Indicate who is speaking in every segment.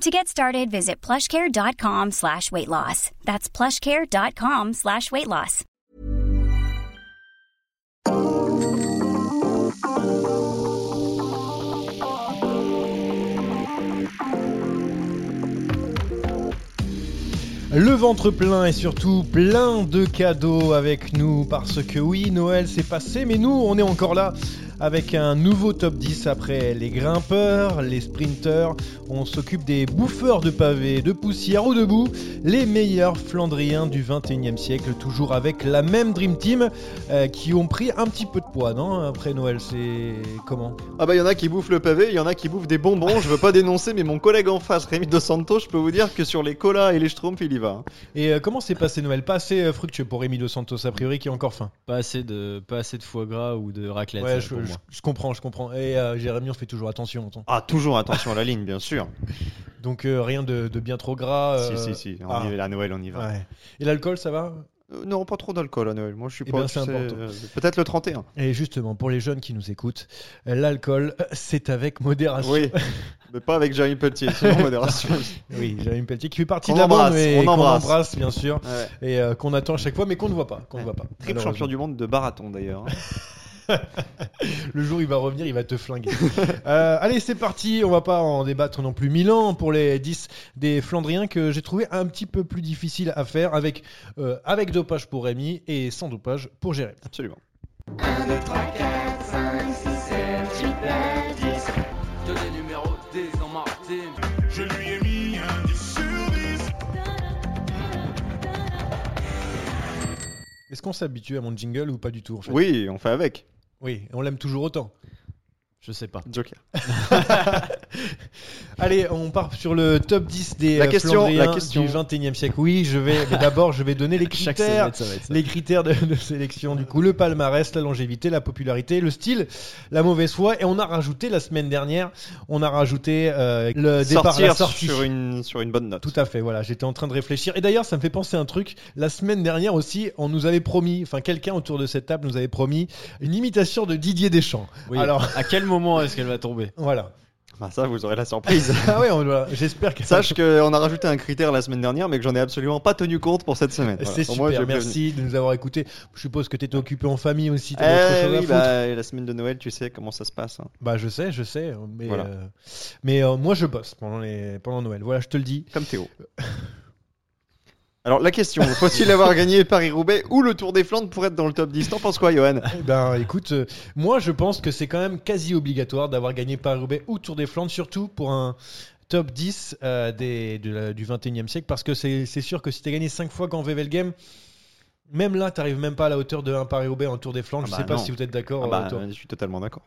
Speaker 1: To get started, visit plushcare.com slash weight loss. That's plushcare.com slash weight loss.
Speaker 2: Le ventre plein et surtout plein de cadeaux avec nous parce que oui, Noël s'est passé, mais nous, on est encore là avec un nouveau top 10 après les grimpeurs, les sprinteurs. On s'occupe des bouffeurs de pavés, de poussière ou de boue, les meilleurs Flandriens du 21e siècle, toujours avec la même Dream Team euh, qui ont pris un petit peu de poids, non Après Noël, c'est comment
Speaker 3: Ah bah il y en a qui bouffent le pavé, il y en a qui bouffent des bonbons, je veux pas dénoncer mais mon collègue en face, Rémi Dos Santos, je peux vous dire que sur les colas et les schtroumpfs, il y va.
Speaker 2: Et euh, comment s'est passé Noël Pas assez euh, fructueux pour Rémi Dos Santos, a priori, qui a encore faim.
Speaker 4: Pas assez de, pas assez de foie gras ou de raclette.
Speaker 2: Ouais,
Speaker 4: euh,
Speaker 2: je,
Speaker 4: pour
Speaker 2: je-
Speaker 4: moi.
Speaker 2: je comprends, je comprends. Et euh, Jérémy, on fait toujours attention. tonton.
Speaker 3: Ah toujours attention à la ligne bien sûr.
Speaker 2: Donc euh, rien de, de bien trop gras. euh,
Speaker 3: Si si si, on
Speaker 2: ah,
Speaker 3: y va, à Noël on y va.
Speaker 2: ouais. Et l'alcool, ça va
Speaker 3: Euh, non, pas trop d'alcool à Noël, moi je suis
Speaker 2: Eh
Speaker 3: pas...
Speaker 2: ben,
Speaker 3: tu
Speaker 2: c'est
Speaker 3: sais,
Speaker 2: important.
Speaker 3: euh, Peut-être le 31.
Speaker 2: Et justement, pour les jeunes qui nous écoutent, euh, l'alcool, euh, c'est avec modération.
Speaker 3: Oui, mais pas avec Jérémy Petit, sinon modération.
Speaker 2: oui Jérémy Pelletier qui fait partie
Speaker 3: Qu'on
Speaker 2: de la bande,
Speaker 3: embrasse,
Speaker 2: mais
Speaker 3: on
Speaker 2: qu'on
Speaker 3: embrasse.
Speaker 2: embrasse, bien sûr,
Speaker 3: Ouais.
Speaker 2: et euh, qu'on attend à chaque fois, mais qu'on ne voit pas. Qu'on ne
Speaker 3: Ouais.
Speaker 2: voit pas.
Speaker 3: Triple champion du monde de marathon d'ailleurs. hein.
Speaker 2: Le jour où il va revenir, il va te flinguer. Euh, allez, c'est parti. On va pas en débattre non plus. Milan pour les 10 des Flandriens que j'ai trouvé un petit peu plus difficile à faire avec, euh, avec dopage pour Rémi et sans dopage pour Jérémy.
Speaker 3: Absolument.
Speaker 5: Je lui ai mis un 10 sur 10.
Speaker 2: Est-ce qu'on s'habitue à mon jingle ou pas du tout en fait
Speaker 3: Oui, on fait avec.
Speaker 2: Oui, on l'aime toujours autant.
Speaker 4: Je sais pas.
Speaker 3: Joker.
Speaker 2: Allez, on part sur le top 10 des
Speaker 3: La
Speaker 2: euh,
Speaker 3: question,
Speaker 2: Flandriens
Speaker 3: la question.
Speaker 2: du 21e siècle. Oui, je vais mais d'abord je vais donner les
Speaker 4: Chaque
Speaker 2: critères.
Speaker 4: semaine, ça va être ça.
Speaker 2: Les critères de, de sélection, du coup, le palmarès, la longévité, la popularité, le style, la mauvaise foi. Et on a rajouté la semaine dernière, on a rajouté euh, le départ à la
Speaker 3: Sortir
Speaker 2: sortie.
Speaker 3: sur une, sur une bonne note.
Speaker 2: Tout à fait, voilà, j'étais en train de réfléchir. Et d'ailleurs, ça me fait penser à un truc. La semaine dernière aussi, on nous avait promis, enfin, quelqu'un autour de cette table nous avait promis une imitation de Didier Deschamps.
Speaker 4: Oui.
Speaker 2: Alors,
Speaker 4: à quel moment est-ce qu'elle va tomber
Speaker 2: voilà.
Speaker 3: Bah, ça, vous aurez la surprise.
Speaker 2: Ah ouais, on- voilà, j'espère que
Speaker 3: Sache qu'on a rajouté un critère la semaine dernière, mais que j'en ai absolument pas tenu compte pour cette semaine. Voilà.
Speaker 2: C'est
Speaker 3: Au
Speaker 2: super,
Speaker 3: moins, j'ai prévenu.
Speaker 2: merci de nous avoir écoutés. Je suppose que tu étais occupé en famille aussi, tu
Speaker 3: Eh
Speaker 2: autre chose à
Speaker 3: oui,
Speaker 2: foutre.
Speaker 3: bah, la semaine de Noël, tu sais comment ça se passe. hein.
Speaker 2: Bah je sais, je sais, mais,
Speaker 3: Voilà.
Speaker 2: euh, mais euh, moi je bosse pendant, les, pendant Noël, voilà je te le dis.
Speaker 3: Comme Théo. Alors, la question faut-il avoir gagné Paris-Roubaix ou le Tour des Flandres pour être dans le top 10 T'en penses quoi, Johan
Speaker 2: Eh ben écoute, euh, moi je pense que c'est quand même quasi obligatoire d'avoir gagné Paris-Roubaix ou Tour des Flandres, surtout pour un top 10 euh, des, de la- du 21 e siècle, parce que c'est c'est sûr que si t'as gagné 5 fois quand VVL Game, même là t'arrives même pas à la hauteur de un Paris-Roubaix en Tour des Flandres,
Speaker 3: Ah
Speaker 2: je
Speaker 3: bah
Speaker 2: sais pas
Speaker 3: non.
Speaker 2: si vous êtes d'accord.
Speaker 3: Ah bah,
Speaker 2: euh, toi.
Speaker 3: Je suis totalement d'accord.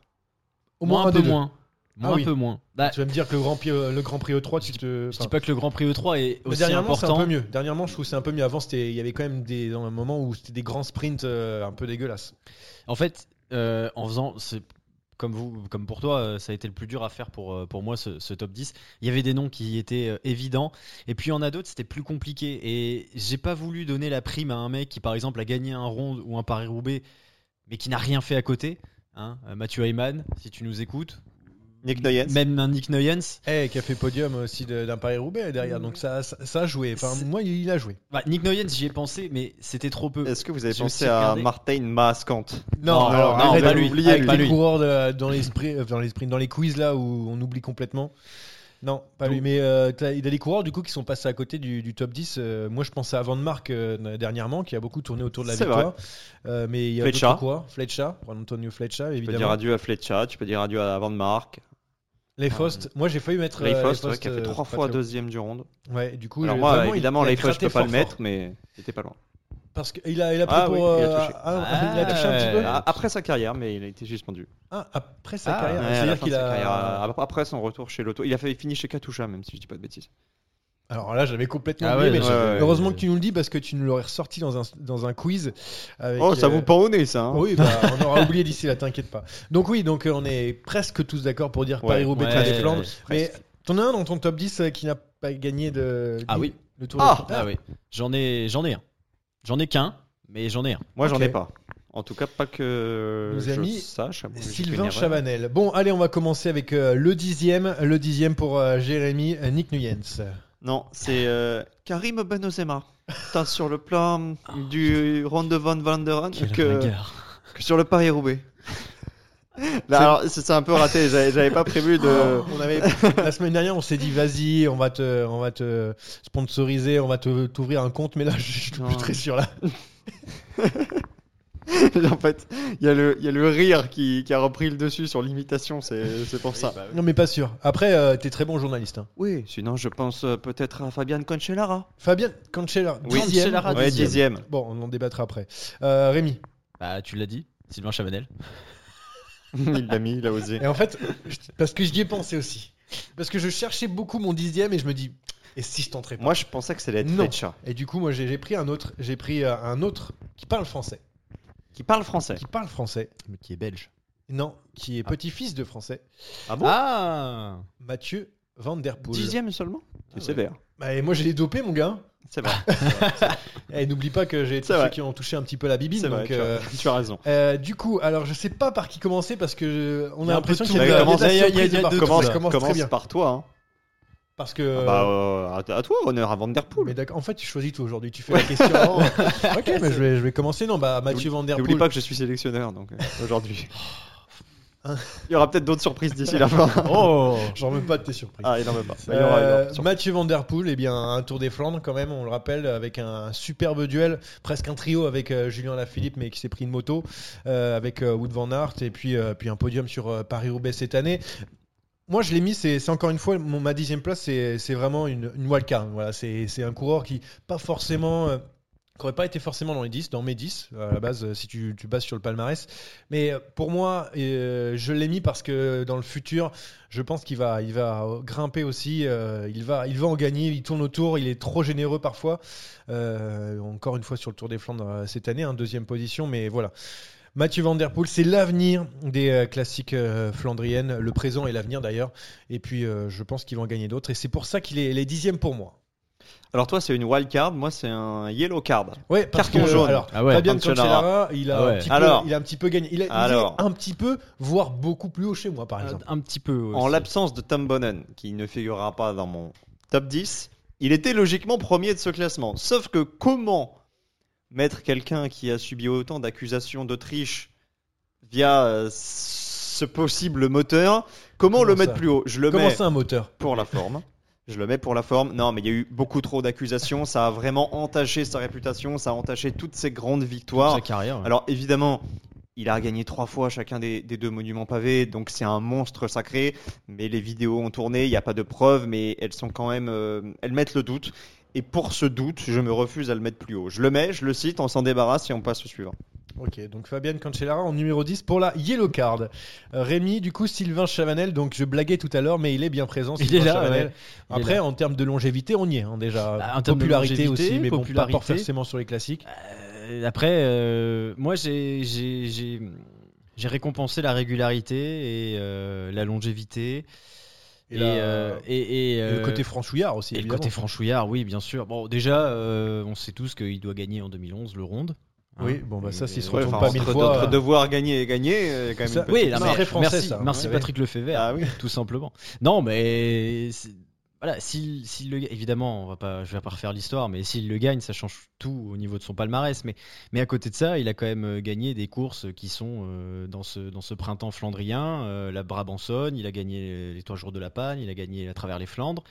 Speaker 2: Au
Speaker 4: Moi,
Speaker 2: un
Speaker 4: un peu
Speaker 2: des deux.
Speaker 4: moins. Moi,
Speaker 2: Ah
Speaker 4: un
Speaker 2: oui.
Speaker 4: peu moins. Bah,
Speaker 2: Tu vas me dire que le Grand Prix, euh, le Grand Prix E3, tu te...
Speaker 4: je
Speaker 2: enfin,
Speaker 4: dis pas que le Grand Prix E3 est
Speaker 2: Mais
Speaker 4: aussi
Speaker 2: dernièrement, c'est un
Speaker 4: important.
Speaker 2: peu mieux. Dernièrement, je trouve que c'est un peu mieux. Avant, c'était- il y avait quand même des dans un moment où c'était des grands sprints euh, un peu dégueulasses.
Speaker 4: En fait, euh, en faisant, c'est comme, vous, comme pour toi, euh, ça a été le plus dur à faire pour, euh, pour moi, ce, ce top 10. Il y avait des noms qui étaient euh, évidents, et puis il y en a d'autres, c'était plus compliqué. Et j'ai pas voulu donner la prime à un mec qui, par exemple, a gagné un rond ou un Paris-Roubaix, mais qui n'a rien fait à côté. Hein, Euh, Mathieu Heyman, si tu nous écoutes.
Speaker 3: Nick Noyens.
Speaker 4: Même un Nick Noyens.
Speaker 2: Eh, qui a fait podium aussi de- d'un Paris-Roubaix derrière, donc ça, ça, ça a joué. Enfin,
Speaker 4: C'est-
Speaker 2: moi, il a joué.
Speaker 4: Bah, Nick Noyens, j'y ai pensé, mais c'était trop
Speaker 2: euh,
Speaker 4: peu.
Speaker 3: Est-ce que vous avez
Speaker 4: J'ai
Speaker 3: pensé
Speaker 4: aussi
Speaker 3: à
Speaker 4: regardé.
Speaker 3: Martin Maaskant
Speaker 4: Non, alors, non,
Speaker 2: arrête
Speaker 4: pas
Speaker 2: de
Speaker 4: lui,
Speaker 2: l'oublier,
Speaker 4: avec
Speaker 2: avec
Speaker 4: pas
Speaker 2: les
Speaker 4: lui.
Speaker 2: coureurs de- dans les sprints, euh, dans les sprints, dans les quiz là où on oublie complètement. Non, pas lui. Mais euh, t'as- il y a des coureurs du coup qui sont passés à côté du, du top 10. Euh, moi, je pensais à Van Mark euh, dernièrement, qui a beaucoup tourné autour de la
Speaker 3: C'est
Speaker 2: victoire. Euh, mais il y a
Speaker 3: Fletcher.
Speaker 2: d'autres coureurs. Fletcher, Antonio Fletcher,
Speaker 3: Tu peux dire
Speaker 2: évidemment.
Speaker 3: adieu à Fletcha, tu peux dire adieu à Van Mark,
Speaker 2: Les Fost. Moi, j'ai failli mettre euh,
Speaker 3: Ray Fost, Ah, ouais, qui a
Speaker 2: euh,
Speaker 3: fait trois
Speaker 2: pas
Speaker 3: fois
Speaker 2: très haut.
Speaker 3: deuxième du ronde.
Speaker 2: Ouais, du coup,
Speaker 3: Alors
Speaker 2: j'ai-
Speaker 3: moi,
Speaker 2: vraiment, il-
Speaker 3: évidemment,
Speaker 2: il a
Speaker 3: Ray Fost, je
Speaker 2: gratté
Speaker 3: peux pas le
Speaker 2: fort, fort.
Speaker 3: mettre, mais c'était pas loin.
Speaker 2: Parce qu'il a, il a pris
Speaker 3: Ah
Speaker 2: pour.
Speaker 3: oui, il a
Speaker 2: euh,
Speaker 3: touché.
Speaker 2: ah, il a touché un petit peu.
Speaker 3: Ah, Après sa carrière, mais il a été suspendu.
Speaker 2: Ah, après sa
Speaker 4: Ah,
Speaker 2: carrière.
Speaker 3: Ouais, à la
Speaker 2: C'est-à-dire
Speaker 3: fin
Speaker 2: qu'il
Speaker 3: de sa
Speaker 2: a.
Speaker 3: carrière, euh, Après son retour chez l'auto, il a fait fini chez Katusha, même si je dis pas de bêtises.
Speaker 2: Alors là, j'avais complètement
Speaker 4: Ah
Speaker 2: oublié,
Speaker 4: ouais,
Speaker 2: mais
Speaker 3: ouais, ouais.
Speaker 2: heureusement que tu nous le dis parce que tu nous l'aurais ressorti dans un, dans un quiz. avec,
Speaker 3: Oh, ça
Speaker 2: euh,
Speaker 3: vous pend au nez, ça. hein.
Speaker 2: Oui, bah, on aura oublié d'ici là, t'inquiète pas. Donc oui, donc euh, on est presque tous d'accord pour dire
Speaker 3: Ouais,
Speaker 2: Paris-Roubaix,
Speaker 4: ouais,
Speaker 2: les
Speaker 4: ouais,
Speaker 2: mais
Speaker 3: presque.
Speaker 2: t'en as un dans ton top 10 euh, qui n'a pas gagné de.
Speaker 4: Ah
Speaker 2: du-
Speaker 4: oui.
Speaker 2: Le tour
Speaker 3: Ah
Speaker 2: de France.
Speaker 4: Ah oui, j'en ai, j'en ai un. J'en ai qu'un, mais j'en ai un.
Speaker 3: Moi, j'en ai
Speaker 2: Ok.
Speaker 3: pas. En tout cas, pas que
Speaker 2: Nos
Speaker 3: je
Speaker 2: amis,
Speaker 3: sache. à moins que j'ai fait une
Speaker 2: Ah, Sylvain
Speaker 3: erreur.
Speaker 2: Chavanel. Bon, allez, on va commencer avec euh, le dixième. Le dixième pour euh, Jérémy euh, Nick Nuyens.
Speaker 3: Non, c'est euh, Karim Benozema. Tant sur le plan
Speaker 2: Ah,
Speaker 3: du Ronde van Vanderen que, que sur le Paris-Roubaix. Là, alors, c'est c'est un peu raté, j'avais j'avais pas prévu de.
Speaker 2: On avait la semaine dernière, on s'est dit vas-y, on va te, on va te sponsoriser, on va te t'ouvrir un compte, mais là, je suis
Speaker 3: Non.
Speaker 2: plus très sûr là. Ah.
Speaker 3: en fait, il y, a le- il y a le rire qui, qui a repris le dessus sur l'imitation, c'est c'est pour ça.
Speaker 2: Non, mais pas sûr. Après, euh, t'es très bon journaliste. hein.
Speaker 3: Oui, sinon je pense euh, peut-être à Fabian Cancellara.
Speaker 2: Fabienne Cancellara,
Speaker 3: Oui,
Speaker 2: dixième.
Speaker 4: Cancellara,
Speaker 3: Ouais,
Speaker 4: dixième.
Speaker 3: dixième.
Speaker 2: Bon, on en débattra après. Euh, Rémi.
Speaker 4: Bah, tu l'as dit, Sylvain Chavanel.
Speaker 3: il l'a mis, il a osé.
Speaker 2: Et en fait, je- parce que j'y ai pensé aussi. Parce que je cherchais beaucoup mon dixième et je me dis, et si je tenterais pas
Speaker 3: Moi, je pensais que ça allait être
Speaker 2: Non.
Speaker 3: Fletcher,
Speaker 2: Et du coup, moi, j'ai j'ai pris un autre. J'ai pris euh, un autre qui parle français.
Speaker 3: qui parle français.
Speaker 2: Qui parle français.
Speaker 4: Mais qui est belge.
Speaker 2: Non, qui est petit-fils de français.
Speaker 3: Ah
Speaker 4: Ah
Speaker 2: Mathieu Van Der Poel.
Speaker 3: Dixième seulement C'est sévère.
Speaker 2: Bah, et moi, je l'ai dopé, mon gars.
Speaker 3: C'est vrai.
Speaker 2: Et Eh, n'oublie pas que j'ai
Speaker 3: C'est
Speaker 2: tous ceux
Speaker 3: vrai.
Speaker 2: qui ont touché un petit peu la bibine.
Speaker 3: C'est vrai.
Speaker 2: Donc,
Speaker 3: tu as-
Speaker 2: euh,
Speaker 3: Tu as raison.
Speaker 2: euh, du coup, alors, je sais pas par qui commencer parce que je- on a
Speaker 4: Il y a un
Speaker 2: l'impression
Speaker 4: peu
Speaker 2: qu'il y
Speaker 4: tout.
Speaker 3: Bah,
Speaker 2: a de la-
Speaker 4: Mais
Speaker 2: il y a de la surprise
Speaker 4: commence- il y a- il y a
Speaker 2: de partout.
Speaker 4: deux
Speaker 3: Commence,
Speaker 2: Ça commence très
Speaker 3: commence
Speaker 2: bien.
Speaker 3: par toi. hein.
Speaker 2: Parce que.
Speaker 3: Ah bah, euh, à, à toi, honneur à Van Der Poel.
Speaker 2: Mais d'accord, en fait, tu choisis tout aujourd'hui. Tu fais la question avant. ok, mais je vais, je vais commencer. Non, bah, Mathieu Van Der
Speaker 3: N'oublie
Speaker 2: Poel.
Speaker 3: pas que je suis sélectionneur donc euh, aujourd'hui. Il y aura peut-être d'autres surprises d'ici la fin.
Speaker 2: Oh J'en veux pas de tes surprises.
Speaker 3: Ah, il en veut pas. Il y aura- il y aura
Speaker 2: Euh,
Speaker 3: une surprise.
Speaker 2: Mathieu Van Der Poel, eh bien, un Tour des Flandres quand même, on le rappelle, avec un superbe duel, presque un trio avec euh, Julien Lafilippe, mais qui s'est pris une moto, euh, avec euh, Wood Van Aert, et puis, euh, puis un podium sur euh, Paris-Roubaix cette année. Moi, je l'ai mis, c'est c'est encore une fois, mon, ma dixième place, c'est c'est vraiment une, une wildcard. Voilà, c'est c'est un coureur qui, pas forcément... euh, qui n'aurait pas été forcément dans les 10, dans mes 10, à la base, euh, si tu, tu bases sur le palmarès. Mais euh, pour moi, euh, je l'ai mis parce que dans le futur, je pense qu'il va, il va grimper aussi, euh, il, va, il va en gagner, il tourne autour, il est trop généreux parfois. Euh, encore une fois sur le Tour des Flandres euh, cette année, hein, deuxième position, mais voilà. Mathieu Van Der Poel, c'est l'avenir des euh, classiques euh, flandriennes, le présent et l'avenir d'ailleurs. Et puis euh, je pense qu'il va en gagner d'autres, et c'est pour ça qu'il est, il est dixième pour moi.
Speaker 3: Alors toi, c'est une wild card. Moi, c'est un yellow card.
Speaker 2: Ouais, parce
Speaker 3: Carton
Speaker 2: que
Speaker 3: jaune.
Speaker 2: alors,
Speaker 4: Ah ouais,
Speaker 2: Fabien
Speaker 3: Cancellara.
Speaker 2: Cancellara, il a,
Speaker 4: Ah
Speaker 2: un
Speaker 4: ouais.
Speaker 2: petit peu-
Speaker 3: Alors.
Speaker 2: il a un petit peu gagné. Il, a, il est
Speaker 3: Alors. Ah,
Speaker 2: un petit peu, voire beaucoup plus haut chez moi, par exemple.
Speaker 4: Un petit peu.
Speaker 3: En
Speaker 4: aussi.
Speaker 3: l'absence de Tom Bonnen, qui ne figurera pas dans mon top 10, il était logiquement premier de ce classement. Sauf que comment mettre quelqu'un qui a subi autant d'accusations de triche via euh, ce possible moteur, comment,
Speaker 2: Comment
Speaker 3: le
Speaker 2: ça
Speaker 3: mettre plus haut Je le
Speaker 2: Comment
Speaker 3: mets
Speaker 2: c'est un moteur
Speaker 3: pour la forme. Je le mets pour la forme. Non, mais il y a eu beaucoup trop d'accusations. Ça a vraiment entaché sa réputation. Ça a entaché toutes ses grandes victoires.
Speaker 4: Sa carrière. ouais.
Speaker 3: Alors évidemment, il a gagné trois fois chacun des, des deux monuments pavés, donc c'est un monstre sacré. Mais les vidéos ont tourné, il n'y a pas de preuves, mais elles sont quand même, euh, elles mettent le doute. Et pour ce doute, je me refuse à le mettre plus haut. Je le mets, je le cite, on s'en débarrasse et on passe au suivant.
Speaker 2: Ok, donc Fabienne Cancellara en numéro 10 pour la Yellow Card. Euh, Rémi, du coup, Sylvain Chavanel, donc je blaguais tout à l'heure, mais il est bien présent.
Speaker 4: Il
Speaker 2: Sylvain
Speaker 4: est là,
Speaker 2: Chavanel.
Speaker 4: ouais. Il est
Speaker 2: Après,
Speaker 4: là.
Speaker 2: en termes de longévité, on y est hein, déjà.
Speaker 4: Bah, en termes de
Speaker 2: popularité
Speaker 4: longévité,
Speaker 2: aussi, mais bon, pas- pas
Speaker 4: popularité. Ah,
Speaker 2: forcément sur les classiques.
Speaker 4: Euh, après, euh, moi, j'ai- j'ai j'ai- J'ai récompensé la régularité et euh, la longévité.
Speaker 2: Et
Speaker 4: Et,
Speaker 2: la-
Speaker 4: euh, et- et,
Speaker 2: Et le
Speaker 4: euh,
Speaker 2: côté franchouillard aussi.
Speaker 4: et le
Speaker 2: évidemment.
Speaker 4: côté franchouillard, oui, bien sûr. Bon, déjà, euh, on sait tous qu'il doit gagner en 2011 le ronde.
Speaker 2: Oui, bon, bah, ça, s'il se
Speaker 4: Et-
Speaker 3: Ouais,
Speaker 2: retourne
Speaker 3: enfin,
Speaker 2: pas mille
Speaker 3: entre,
Speaker 2: fois,
Speaker 3: entre
Speaker 2: euh,
Speaker 3: devoir gagner et gagner, euh, il y a quand même
Speaker 2: Ça-
Speaker 3: une
Speaker 4: Oui,
Speaker 3: petite
Speaker 4: non,
Speaker 2: C'est
Speaker 4: mais
Speaker 3: marge.
Speaker 2: très français,
Speaker 4: merci,
Speaker 2: ça.
Speaker 4: merci
Speaker 2: Ouais,
Speaker 4: Patrick Lefebvre,
Speaker 3: Ah hein. oui.
Speaker 4: tout simplement. Non, mais c'est- voilà, s'il s'il le, évidemment, on va pas, je vais pas refaire l'histoire, mais s'il le gagne, ça change tout au niveau de son palmarès. Mais, mais à côté de ça, il a quand même euh, gagné des courses qui sont euh, dans, ce, dans ce printemps flandrien, euh, la Brabançonne, il a gagné les Trois Jours de la Panne, il a gagné à travers les Flandres.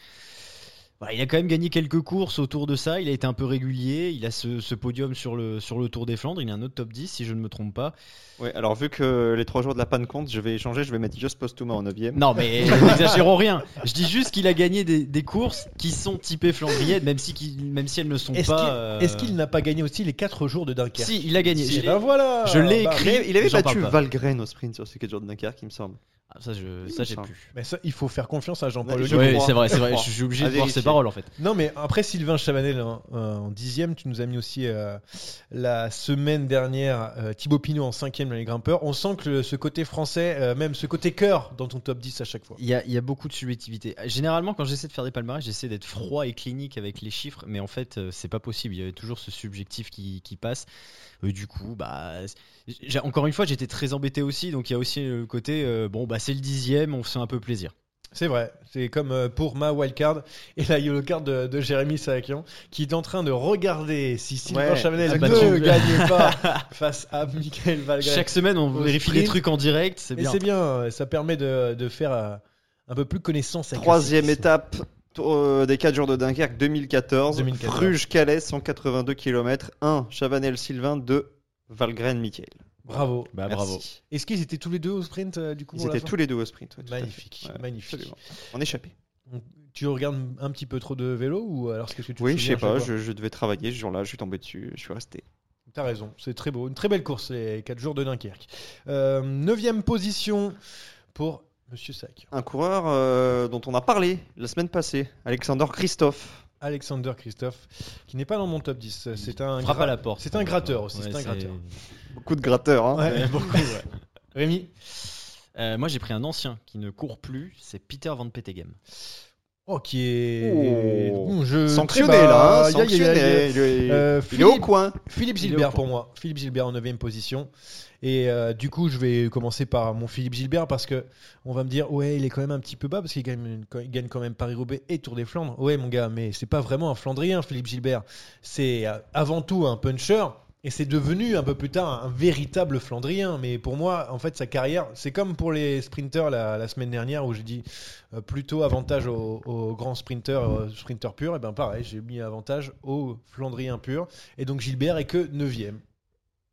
Speaker 4: Voilà, il a quand même gagné quelques courses autour de ça, il a été un peu régulier, il a ce, ce podium sur le, sur le Tour des Flandres, il a un autre top 10 si je ne me trompe pas.
Speaker 3: Ouais, alors vu que les trois jours de la panne compte, je vais échanger, je vais mettre Just Postuma en 9ème.
Speaker 4: Non, mais n'exagérons rien. Je dis juste qu'il a gagné des, des courses qui sont typées flandriennes, même si, qui- même si elles ne sont
Speaker 2: Est-ce qu'il
Speaker 4: pas. euh,
Speaker 2: est-ce qu'il n'a pas gagné aussi les 4 jours de Dunkerque
Speaker 4: Si, il a gagné.
Speaker 2: Si,
Speaker 4: Je-
Speaker 2: ben voilà
Speaker 4: je l'ai
Speaker 2: Bah,
Speaker 4: écrit.
Speaker 3: Il avait, il avait
Speaker 4: J'en
Speaker 3: battu
Speaker 4: parle pas.
Speaker 3: Valgren au sprint sur ce 4 jours de Dunkerque, il me semble.
Speaker 4: Ah, ça, je,
Speaker 3: Il
Speaker 4: ça
Speaker 3: me
Speaker 4: j'ai
Speaker 3: semble.
Speaker 4: plus.
Speaker 2: Mais ça, il faut faire confiance à Jean-Paul
Speaker 3: Ouais,
Speaker 2: Ollier.
Speaker 3: je-
Speaker 4: Oui,
Speaker 3: crois.
Speaker 4: c'est vrai, c'est
Speaker 3: Je
Speaker 4: vrai. Je,
Speaker 3: crois.
Speaker 4: suis obligé
Speaker 3: À
Speaker 4: de voir
Speaker 3: vérifier.
Speaker 4: ses paroles en fait.
Speaker 2: Non, mais après Sylvain Chavanel hein, euh, en dixième, tu nous as mis aussi euh, la semaine dernière euh, Thibaut Pinot en cinquième dans les grimpeurs. On sent que le- ce côté français, euh, même ce côté cœur dans ton top 10 à chaque fois.
Speaker 4: Il y, a, il y a beaucoup de subjectivité. Généralement, quand j'essaie de faire des palmarès, j'essaie d'être froid et clinique avec les chiffres, mais en fait, euh, c'est pas possible. Il y a toujours ce subjectif qui, qui passe. Euh, du coup, bah, c- j'ai- encore une fois, j'étais très embêté aussi, donc il y a aussi le côté, euh, bon, bah, c'est le dixième, on se fait un peu plaisir.
Speaker 2: C'est vrai, c'est comme euh, pour ma wildcard et la yellow card de, de Jérémy Saakian qui est en train de regarder si Sylvain
Speaker 3: Ouais,
Speaker 2: Chavanel
Speaker 4: ah bah
Speaker 2: ne
Speaker 4: tu-
Speaker 2: gagne pas face à Michael Valgren.
Speaker 4: Chaque semaine, on
Speaker 2: Au
Speaker 4: vérifie
Speaker 2: sprint.
Speaker 4: les trucs en direct. C'est
Speaker 2: Et
Speaker 4: bien.
Speaker 2: c'est bien, euh, ça permet de, de faire euh, un peu plus connaissance avec la
Speaker 3: Troisième
Speaker 2: compétition.
Speaker 3: étape euh, des 4 jours de Dunkerque 2014.
Speaker 2: 2014.
Speaker 3: Bruges-Calais, 182 km. 1. Chavanel-Sylvain. 2. Valgren-Michael.
Speaker 2: Bravo.
Speaker 4: Bah, bravo.
Speaker 2: Est-ce qu'ils étaient tous les deux au sprint euh, du coup
Speaker 3: Ils
Speaker 2: pour la
Speaker 3: étaient
Speaker 2: fin
Speaker 3: tous les deux au sprint. ouais, tout à fait.
Speaker 2: Magnifique,
Speaker 3: Ouais,
Speaker 2: magnifique.
Speaker 3: absolument. En échappé.
Speaker 2: Tu regardes un petit peu trop de vélo ou alors ce que tu te
Speaker 3: Oui, je sais
Speaker 2: souviens à
Speaker 3: pas,
Speaker 2: chaque fois
Speaker 3: je, je devais travailler ce jour-là, je suis tombé dessus, je suis resté.
Speaker 2: T'as raison, c'est très beau. Une très belle course, les 4 jours de Dunkerque. Euh, neuvième position pour Monsieur Sac.
Speaker 3: Un coureur euh, dont on a parlé la semaine passée, Alexander Christophe.
Speaker 2: Alexander Christophe, qui n'est pas dans mon top 10. C'est un,
Speaker 4: Frappe
Speaker 2: gra-
Speaker 4: à la porte.
Speaker 2: c'est un gratteur aussi,
Speaker 4: Ouais,
Speaker 2: c'est un gratteur.
Speaker 3: Beaucoup de gratteurs, hein.
Speaker 2: Ouais, beaucoup, ouais. Rémi
Speaker 4: Euh, moi, j'ai pris un ancien qui ne court plus. C'est Peter Van Peteghem.
Speaker 2: Oh, qui est.
Speaker 3: Oh.
Speaker 2: Bon, je-
Speaker 3: Sanctionné
Speaker 2: très bas.
Speaker 3: là,
Speaker 2: Euh,
Speaker 3: hein,
Speaker 2: eh bah, Aïe, aïe, aïe,
Speaker 3: sanctionné.
Speaker 2: aïe.
Speaker 3: Il est-
Speaker 2: Euh,
Speaker 3: il est au
Speaker 2: Philippe-
Speaker 3: coin.
Speaker 2: Philippe
Speaker 4: Il est au
Speaker 2: Gilbert
Speaker 4: fond.
Speaker 2: pour moi. Philippe Gilbert en 9 position. Et euh, du coup, je vais commencer par mon Philippe Gilbert parce que on va me dire, ouais, il est quand même un petit peu bas parce qu'il gagne, il gagne quand même Paris-Roubaix et Tour des Flandres. Ouais, mon gars, mais c'est pas vraiment un Flandrien, Philippe Gilbert. C'est euh, avant tout un puncher. Et c'est devenu un peu plus tard un véritable Flandrien. Mais pour moi, en fait, sa carrière, c'est comme pour les sprinters la, la semaine dernière où j'ai dit euh, plutôt avantage aux au grands sprinters, euh, sprinters purs. Et ben pareil, j'ai mis avantage aux Flandriens purs. Et donc Gilbert est que 9ème.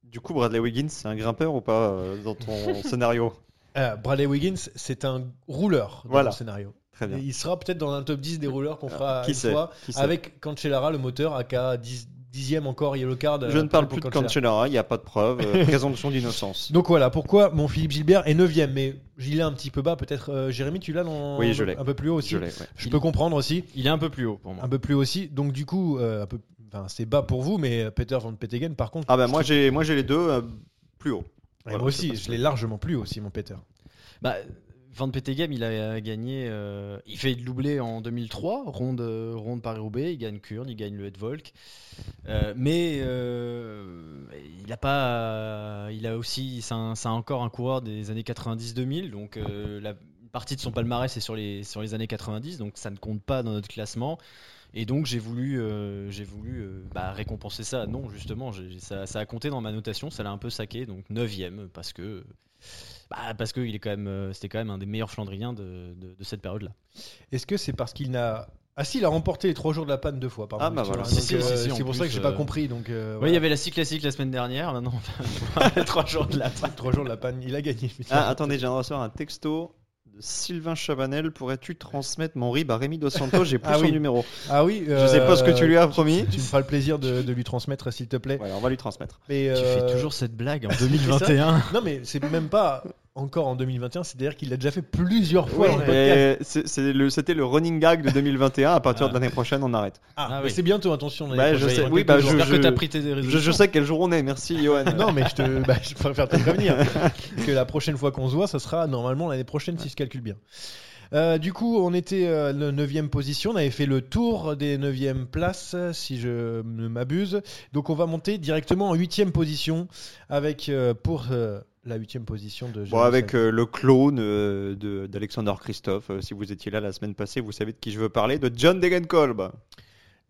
Speaker 3: Du coup, Bradley Wiggins, c'est un grimpeur ou pas euh, dans ton scénario
Speaker 2: Euh, Bradley Wiggins, c'est un rouleur dans
Speaker 3: Voilà.
Speaker 2: le scénario.
Speaker 3: Très bien.
Speaker 2: Et il sera peut-être dans un top 10 des rouleurs qu'on fera
Speaker 3: Qui
Speaker 2: une
Speaker 3: sait,
Speaker 2: fois
Speaker 3: Qui sait
Speaker 2: avec Cancellara, le moteur, aka 10, 10e encore Yellow Card.
Speaker 3: Je
Speaker 2: euh,
Speaker 3: ne parle
Speaker 2: pour
Speaker 3: plus de
Speaker 2: Cancellara.
Speaker 3: Cancellara, il n'y a pas de preuve. euh, présomption d'innocence.
Speaker 2: Donc voilà pourquoi mon Philippe Gilbert est 9ème, mais il est un petit peu bas. Peut-être euh, Jérémy, tu l'as dans-
Speaker 3: Oui, je l'ai.
Speaker 2: un peu plus haut aussi.
Speaker 3: Je l'ai, ouais.
Speaker 2: Je peux comprendre aussi.
Speaker 4: Il est un peu plus haut pour moi.
Speaker 2: Un peu plus haut aussi. Donc du coup, euh, un peu... enfin, c'est bas pour vous, mais Peter Van Petegen, par contre,
Speaker 3: Ah ben moi j'ai moi j'ai les deux euh, plus
Speaker 2: et
Speaker 3: haut. voilà,
Speaker 2: moi
Speaker 3: je sais
Speaker 2: aussi,
Speaker 3: pas ce
Speaker 2: je
Speaker 3: que-
Speaker 2: l'ai largement plus haut aussi, mon Peter.
Speaker 4: Bah, Van Peteghem, il a gagné. euh, il fait le doublé en 2003, ronde, euh, ronde Paris-Roubaix. Il gagne Kurn, il gagne le Het Volk. Euh, mais euh, il a pas. Il a aussi. C'est un- c'est encore un coureur des années 90-2000. Donc euh, la une partie de son palmarès est sur les, sur les années 90. Donc ça ne compte pas dans notre classement. Et donc j'ai voulu, euh, j'ai voulu euh, bah, récompenser ça. Non, justement, j'ai- ça, ça a compté dans ma notation, ça l'a un peu saqué, donc 9ème, parce que bah, parce que il est quand même, euh, c'était quand même un des meilleurs Flandriens de, de- de cette période-là.
Speaker 2: Est-ce que c'est parce qu'il n'a. Ah si, il a remporté les 3 jours de la panne deux fois, pardon.
Speaker 3: Ah, bah voilà.
Speaker 2: Donc,
Speaker 3: Si, si,
Speaker 2: euh,
Speaker 4: si, si,
Speaker 2: c'est
Speaker 4: en
Speaker 2: pour ça
Speaker 4: plus,
Speaker 2: que j'ai pas
Speaker 4: euh,
Speaker 2: compris. Donc, euh,
Speaker 4: Oui,
Speaker 2: voilà.
Speaker 4: il y avait la scie classique la semaine dernière, maintenant on va faire trois jours de
Speaker 2: Euh,
Speaker 4: la patte.
Speaker 2: 3 jours de la panne, il a gagné.
Speaker 3: Ah attendez, j'ai recevoir un texto de Sylvain Chavanel. Pourrais-tu transmettre mon rib à Rémi Dos Santos J'ai plus
Speaker 2: Ah
Speaker 3: son
Speaker 2: oui.
Speaker 3: numéro.
Speaker 2: Ah oui.
Speaker 3: Je sais pas ce que
Speaker 2: euh,
Speaker 3: tu lui as promis.
Speaker 2: Tu me feras le plaisir de, de lui transmettre, s'il te plaît.
Speaker 3: Voilà, on va lui transmettre.
Speaker 2: Mais,
Speaker 4: Tu
Speaker 2: euh,
Speaker 4: fais toujours cette blague en
Speaker 2: ça
Speaker 4: 2021.
Speaker 2: Non, mais c'est même pas. encore en 2021, c'est-à-dire qu'il l'a déjà fait plusieurs fois dans le podcast.
Speaker 3: Et c'est- c'est le- C'était le running gag de 2021. À partir de l'année prochaine, on arrête.
Speaker 2: Ah,
Speaker 4: Ah
Speaker 2: mais
Speaker 4: oui.
Speaker 2: c'est bientôt, attention. l'année
Speaker 3: Bah, je
Speaker 2: prochaine,
Speaker 3: sais,
Speaker 2: dans
Speaker 3: oui,
Speaker 2: quelques
Speaker 3: bah,
Speaker 2: jours.
Speaker 4: J'espère
Speaker 3: je-
Speaker 4: que t'as pris tes
Speaker 3: Je,
Speaker 4: résolutions.
Speaker 3: je sais quel jour on est. Merci, Johan.
Speaker 2: Non, mais je, te, bah, je préfère te prévenir que la prochaine fois qu'on se voit, ça sera normalement l'année prochaine si je calcule bien. Euh, du coup, on était euh, le 9 position, on avait fait le tour des 9 places, si je ne m'abuse. Donc, on va monter directement en 8 position avec euh, pour euh, la 8 position de
Speaker 3: Bon,
Speaker 2: Jérémy
Speaker 3: avec
Speaker 2: Sack.
Speaker 3: euh, le clone euh, de- d'Alexander Christophe. Euh, si vous étiez là la semaine passée, vous savez de qui je veux parler, de John Degenkolb.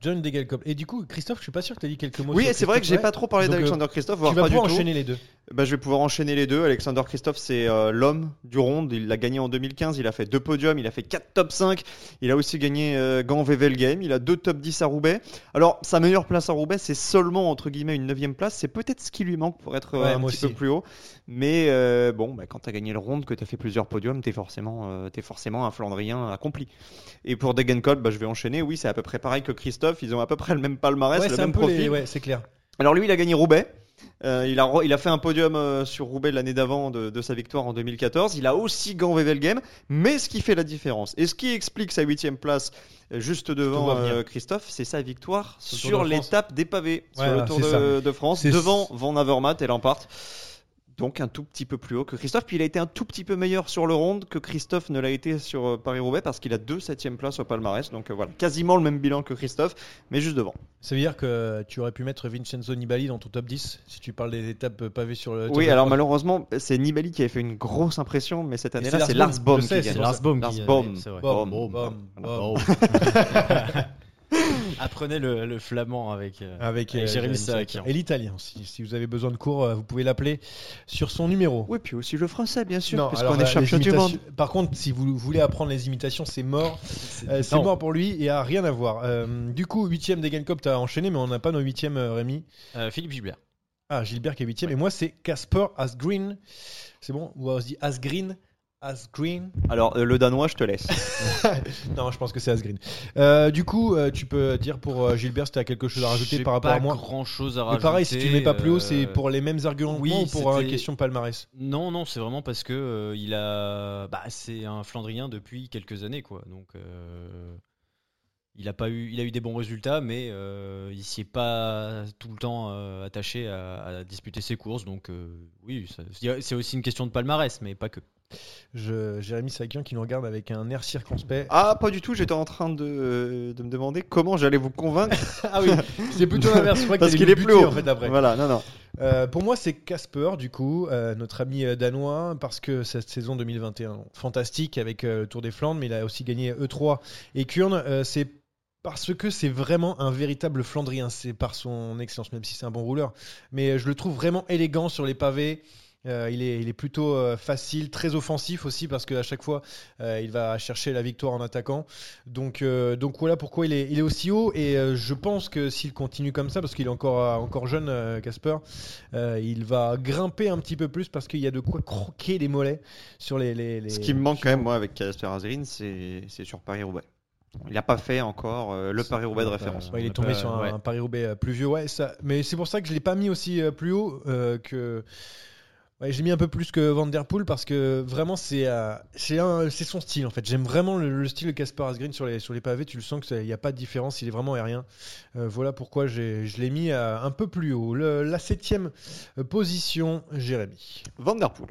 Speaker 2: John Degelkop. Et du coup, Christophe, je suis pas sûr que tu as dit quelques mots
Speaker 3: Oui,
Speaker 2: sur
Speaker 3: et c'est vrai que j'ai
Speaker 2: Christophe,
Speaker 3: pas trop parlé
Speaker 2: Donc, euh,
Speaker 3: d'Alexander Christophe,
Speaker 2: ouais.
Speaker 3: voire
Speaker 2: Tu vas
Speaker 3: pas du
Speaker 2: pouvoir
Speaker 3: tout.
Speaker 2: enchaîner les deux.
Speaker 3: Bah, je vais pouvoir enchaîner les deux. Alexander Christophe, c'est euh, l'homme du ronde. Il l'a gagné en 2015. Il a fait deux podiums. Il a fait quatre top 5. Il a aussi gagné euh, Gand Vevel Game. Il a deux top 10 à Roubaix. Alors, sa meilleure place à Roubaix, c'est seulement entre guillemets une 9 place. C'est peut-être ce qui lui manque pour être euh,
Speaker 2: Ouais,
Speaker 3: un
Speaker 2: moi
Speaker 3: petit
Speaker 2: aussi.
Speaker 3: peu plus haut. Mais euh, bon, bah, quand tu as gagné le ronde, que tu as fait plusieurs podiums, tu es, es forcément un Flandrien accompli. Et pour Degenkolb, bah, je vais enchaîner. Oui, c'est à peu près pareil que Christophe. Ils ont à peu près le même palmarès,
Speaker 2: Ouais,
Speaker 3: le
Speaker 2: c'est un
Speaker 3: même
Speaker 2: peu
Speaker 3: profil.
Speaker 2: les... ouais, c'est clair.
Speaker 3: Alors lui, il a gagné Roubaix. Euh, il, a, re- il a fait un podium euh, sur Roubaix l'année d'avant de, de sa victoire en 2014. Il a aussi gagné Wevel Game. Mais ce qui fait la différence et ce qui explique sa huitième place euh, juste devant
Speaker 2: vois venir.
Speaker 3: euh, Christophe, c'est sa victoire
Speaker 2: Sur le Tour
Speaker 3: sur
Speaker 2: de France.
Speaker 3: l'étape des pavés sur
Speaker 2: Voilà,
Speaker 3: le Tour
Speaker 2: c'est
Speaker 3: de, de France,
Speaker 2: C'est-
Speaker 3: devant Van Avermaet et Lampart. Donc un tout petit peu plus haut que Christophe. Puis il a été un tout petit peu meilleur sur le ronde que Christophe ne l'a été sur euh, Paris-Roubaix parce qu'il a deux septièmes places au palmarès. Donc euh, voilà, quasiment le même bilan que Christophe, mais juste devant.
Speaker 2: Ça veut dire que tu aurais pu mettre Vincenzo Nibali dans ton top 10 si tu parles des étapes pavées sur le. Tour
Speaker 3: Oui,
Speaker 2: de
Speaker 3: alors
Speaker 2: France.
Speaker 3: malheureusement, c'est Nibali qui avait fait une grosse impression, mais cette
Speaker 2: c'est
Speaker 3: année-là,
Speaker 2: Lars
Speaker 3: c'est
Speaker 2: Boom,
Speaker 3: Lars Boom
Speaker 2: je sais,
Speaker 3: qui
Speaker 2: c'est
Speaker 3: gagne.
Speaker 2: Lars
Speaker 4: Lars Bohm.
Speaker 3: Lars
Speaker 4: qui-
Speaker 3: Ah, Bohm.
Speaker 4: c'est vrai.
Speaker 3: Bohm.
Speaker 4: Bohm.
Speaker 2: Bohm.
Speaker 4: Bohm. Apprenez le, le flamand avec, euh,
Speaker 2: Avec,
Speaker 4: avec
Speaker 2: euh,
Speaker 4: Jérémy
Speaker 2: Sack.
Speaker 4: Sakian.
Speaker 2: Et l'italien, si, si vous avez besoin de cours, euh, vous pouvez l'appeler sur son numéro.
Speaker 3: Oui, puis aussi le français, bien sûr,
Speaker 2: Non,
Speaker 3: parce
Speaker 2: alors,
Speaker 3: qu'on
Speaker 2: euh,
Speaker 3: est
Speaker 2: les
Speaker 3: champion du monde.
Speaker 2: imitations- Par contre, si vous voulez apprendre les imitations, c'est mort. Euh, c'est
Speaker 4: Non.
Speaker 2: mort pour lui et a rien à voir. Euh, du coup, 8ème Degenkop, t'as enchaîné, mais on n'a pas nos 8e, Rémi.
Speaker 4: Euh, Philippe Gilbert.
Speaker 2: Ah, Gilbert qui est 8 Et moi, c'est Casper Asgreen. C'est bon Ou on se dit Asgreen Asgreen
Speaker 3: Alors, euh, le danois, je te laisse.
Speaker 2: Non, je pense que c'est Asgreen. Euh, du coup, euh, tu peux dire pour euh, Gilbert si tu as quelque chose à rajouter
Speaker 4: J'ai
Speaker 2: par rapport
Speaker 4: pas
Speaker 2: à moi.
Speaker 4: grand chose à
Speaker 2: Mais
Speaker 4: rajouter.
Speaker 2: pareil, si tu ne mets pas plus haut,
Speaker 4: euh,
Speaker 2: c'est pour les mêmes arguments
Speaker 4: oui,
Speaker 2: ou pour une
Speaker 4: c'était-
Speaker 2: question palmarès.
Speaker 4: Non, non, c'est vraiment parce que euh, il a, bah, c'est un Flandrien depuis quelques années, quoi. Donc, euh, il a pas eu, il a eu des bons résultats, mais euh, il s'y est pas tout le temps euh, attaché à, à disputer ses courses. Donc, euh, oui, ça- c'est aussi une question de palmarès, mais pas que.
Speaker 2: Je, Jérémy Sakian qui nous regarde avec un air circonspect.
Speaker 3: Ah, pas du tout, j'étais en train de, euh, de me demander comment j'allais vous convaincre.
Speaker 2: Ah oui, c'est plutôt l'inverse. je crois que
Speaker 3: parce
Speaker 2: t'allais
Speaker 3: qu'il
Speaker 2: nous
Speaker 3: est plus
Speaker 2: buter,
Speaker 3: haut.
Speaker 2: en fait après.
Speaker 3: Voilà, non, non.
Speaker 2: Euh, pour moi, c'est Casper du coup, euh, notre ami euh, danois, parce que cette saison 2021 fantastique avec euh, le Tour des Flandres, mais il a aussi gagné E3 et Kurne. euh, c'est parce que c'est vraiment un véritable Flandrien. C'est par son excellence, même si c'est un bon rouleur. Mais euh, je le trouve vraiment élégant sur les pavés. Euh, il, est, il est plutôt euh, facile, très offensif aussi, parce qu'à chaque fois, euh, il va chercher la victoire en attaquant. Donc, euh, donc voilà pourquoi il est, il est aussi haut. Et euh, je pense que s'il continue comme ça, parce qu'il est encore, euh, encore jeune, euh, Casper, euh, il va grimper un petit peu plus parce qu'il y a de quoi croquer les mollets sur les. les- les-
Speaker 3: Ce qui me manque quand même, moi, avec Casper Azerin, c'est c'est sur Paris-Roubaix. Il n'a pas fait encore euh, le Paris-Roubaix de
Speaker 4: pas-
Speaker 3: référence.
Speaker 2: Ouais, il est
Speaker 4: On a
Speaker 2: tombé
Speaker 4: pas-
Speaker 2: sur un,
Speaker 4: ouais.
Speaker 2: un Paris-Roubaix euh, plus vieux. Ouais, ça, mais c'est pour ça que je l'ai pas mis aussi euh, plus haut euh, que. Ouais, j'ai mis un peu plus que Van Der Poel parce que vraiment c'est euh, c'est un- c'est son style en fait. J'aime vraiment le, le style de Casper Asgreen sur les, sur les pavés. Tu le sens qu'il n'y a pas de différence, il est vraiment aérien. Euh, voilà pourquoi j'ai- je l'ai mis euh, un peu plus haut. Le- la septième euh, position, Jérémy.
Speaker 3: Van Der Poel.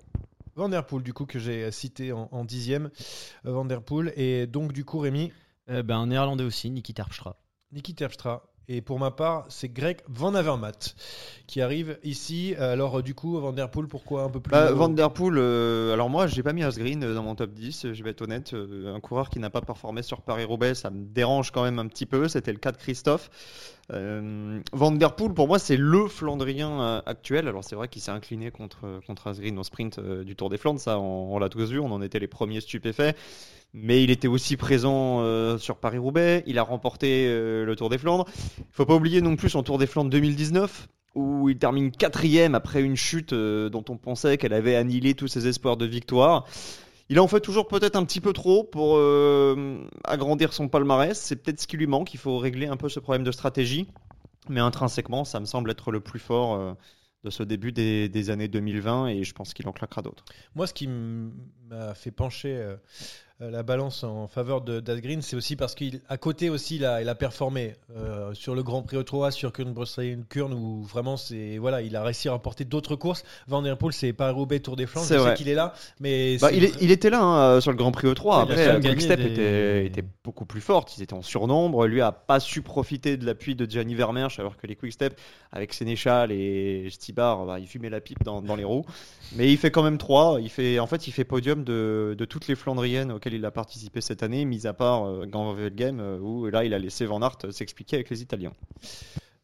Speaker 2: Van Der Poel, du coup, que j'ai euh, cité en, en dixième. Euh, Van Der Poel. Et donc, du coup, Rémi,
Speaker 4: Euh, ben, un Néerlandais aussi, Niki Terpstra.
Speaker 2: Niki Terpstra. Et pour ma part, c'est Greg Van Avermaet qui arrive ici. Alors, euh, du coup, Van Der Poel, pourquoi un peu plus
Speaker 3: Bah,
Speaker 2: haut
Speaker 3: Van Der Poel, euh, alors moi, j'ai pas mis Asgreen euh, dans mon top 10, euh, je vais être honnête. euh, un coureur qui n'a pas performé sur Paris-Roubaix, ça me dérange quand même un petit peu. C'était le cas de Christophe. Euh, Van Der Poel, pour moi, c'est le Flandrien euh, actuel. Alors, c'est vrai qu'il s'est incliné contre, contre Asgreen au sprint euh, du Tour des Flandres, ça, on, on l'a tous vu, on en était les premiers stupéfaits. Mais il était aussi présent euh, sur Paris-Roubaix, il a remporté euh, le Tour des Flandres. Il faut pas oublier non plus son Tour des Flandres 2019, où il termine quatrième après une chute euh, dont on pensait qu'elle avait annihilé tous ses espoirs de victoire. Il en fait toujours peut-être un petit peu trop pour euh, agrandir son palmarès. C'est peut-être ce qui lui manque. Il faut régler un peu ce problème de stratégie. Mais intrinsèquement, ça me semble être le plus fort euh, de ce début des, des années 2020 et je pense qu'il en claquera d'autres.
Speaker 2: Moi, ce qui m- m'a fait pencher euh, euh, la balance en faveur de Das Green, c'est aussi parce qu'il, à côté aussi, il a, il a performé euh, sur le Grand Prix O3, sur Kurn Bruxelles Kurn, où vraiment, c'est voilà, il a réussi à remporter d'autres courses. Van Der Poel, c'est pas Roubaix, Tour des Flandres.
Speaker 3: C'est
Speaker 2: Je sais
Speaker 3: vrai.
Speaker 2: qu'il est là, mais
Speaker 3: Bah,
Speaker 2: c'est-
Speaker 3: il, est- il était là hein, euh, sur le Grand Prix
Speaker 4: Il a
Speaker 3: E3. Après,
Speaker 4: quand même
Speaker 3: euh,
Speaker 4: gagné
Speaker 3: Quickstep
Speaker 4: des-
Speaker 3: était, était beaucoup plus forte. Ils étaient en surnombre. Lui a pas su profiter de l'appui de Gianni Vermeersch, alors que les Quickstep, avec Sénéchal et Stibar, bah, ils fumaient la pipe dans, dans les roues. Mais il fait quand même trois. Il fait, en fait, il fait podium de, de toutes les Flandriennes auxquelles il a participé cette année, mis à part euh, Grand Game, où là, il a laissé Van Aert euh, s'expliquer avec les Italiens.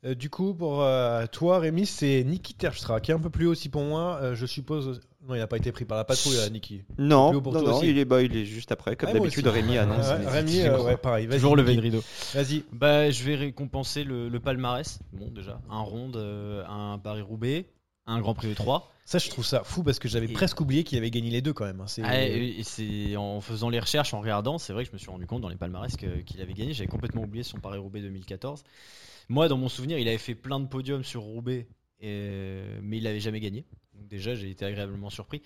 Speaker 2: Euh, du coup, pour euh, toi, Rémi, c'est Niki Terpstra, qui est un peu plus haut aussi pour moi. Euh, je suppose. Non, il n'a pas été pris par la patrouille, euh, Niki.
Speaker 3: Non,
Speaker 2: Plus haut pour
Speaker 3: non,
Speaker 2: toi
Speaker 3: non,
Speaker 2: aussi.
Speaker 3: il, est, bah, il est juste après. Comme
Speaker 2: Ouais, moi
Speaker 3: d'habitude,
Speaker 2: aussi.
Speaker 3: Rémi annonce.
Speaker 2: Ouais,
Speaker 3: les
Speaker 2: Rémi,
Speaker 3: titres.
Speaker 2: euh, ouais, pareil. Vas-y,
Speaker 4: Toujours levé
Speaker 2: Niki.
Speaker 4: le rideau.
Speaker 2: Vas-y.
Speaker 4: Bah, je vais récompenser le, le palmarès. Bon, déjà, un ronde, euh, un Paris-Roubaix, un Grand Prix E de 3.
Speaker 2: Ça, je trouve ça fou parce que j'avais
Speaker 4: Et-
Speaker 2: presque oublié qu'il avait gagné les deux quand même. hein. C'est-
Speaker 4: Ah, et c'est en faisant les recherches, en regardant, c'est vrai que je me suis rendu compte dans les palmarès que- qu'il avait gagné. J'avais complètement oublié son Paris-Roubaix 2014. Moi, dans mon souvenir, il avait fait plein de podiums sur Roubaix, et- mais il n'avait jamais gagné. Donc déjà, j'ai été agréablement surpris.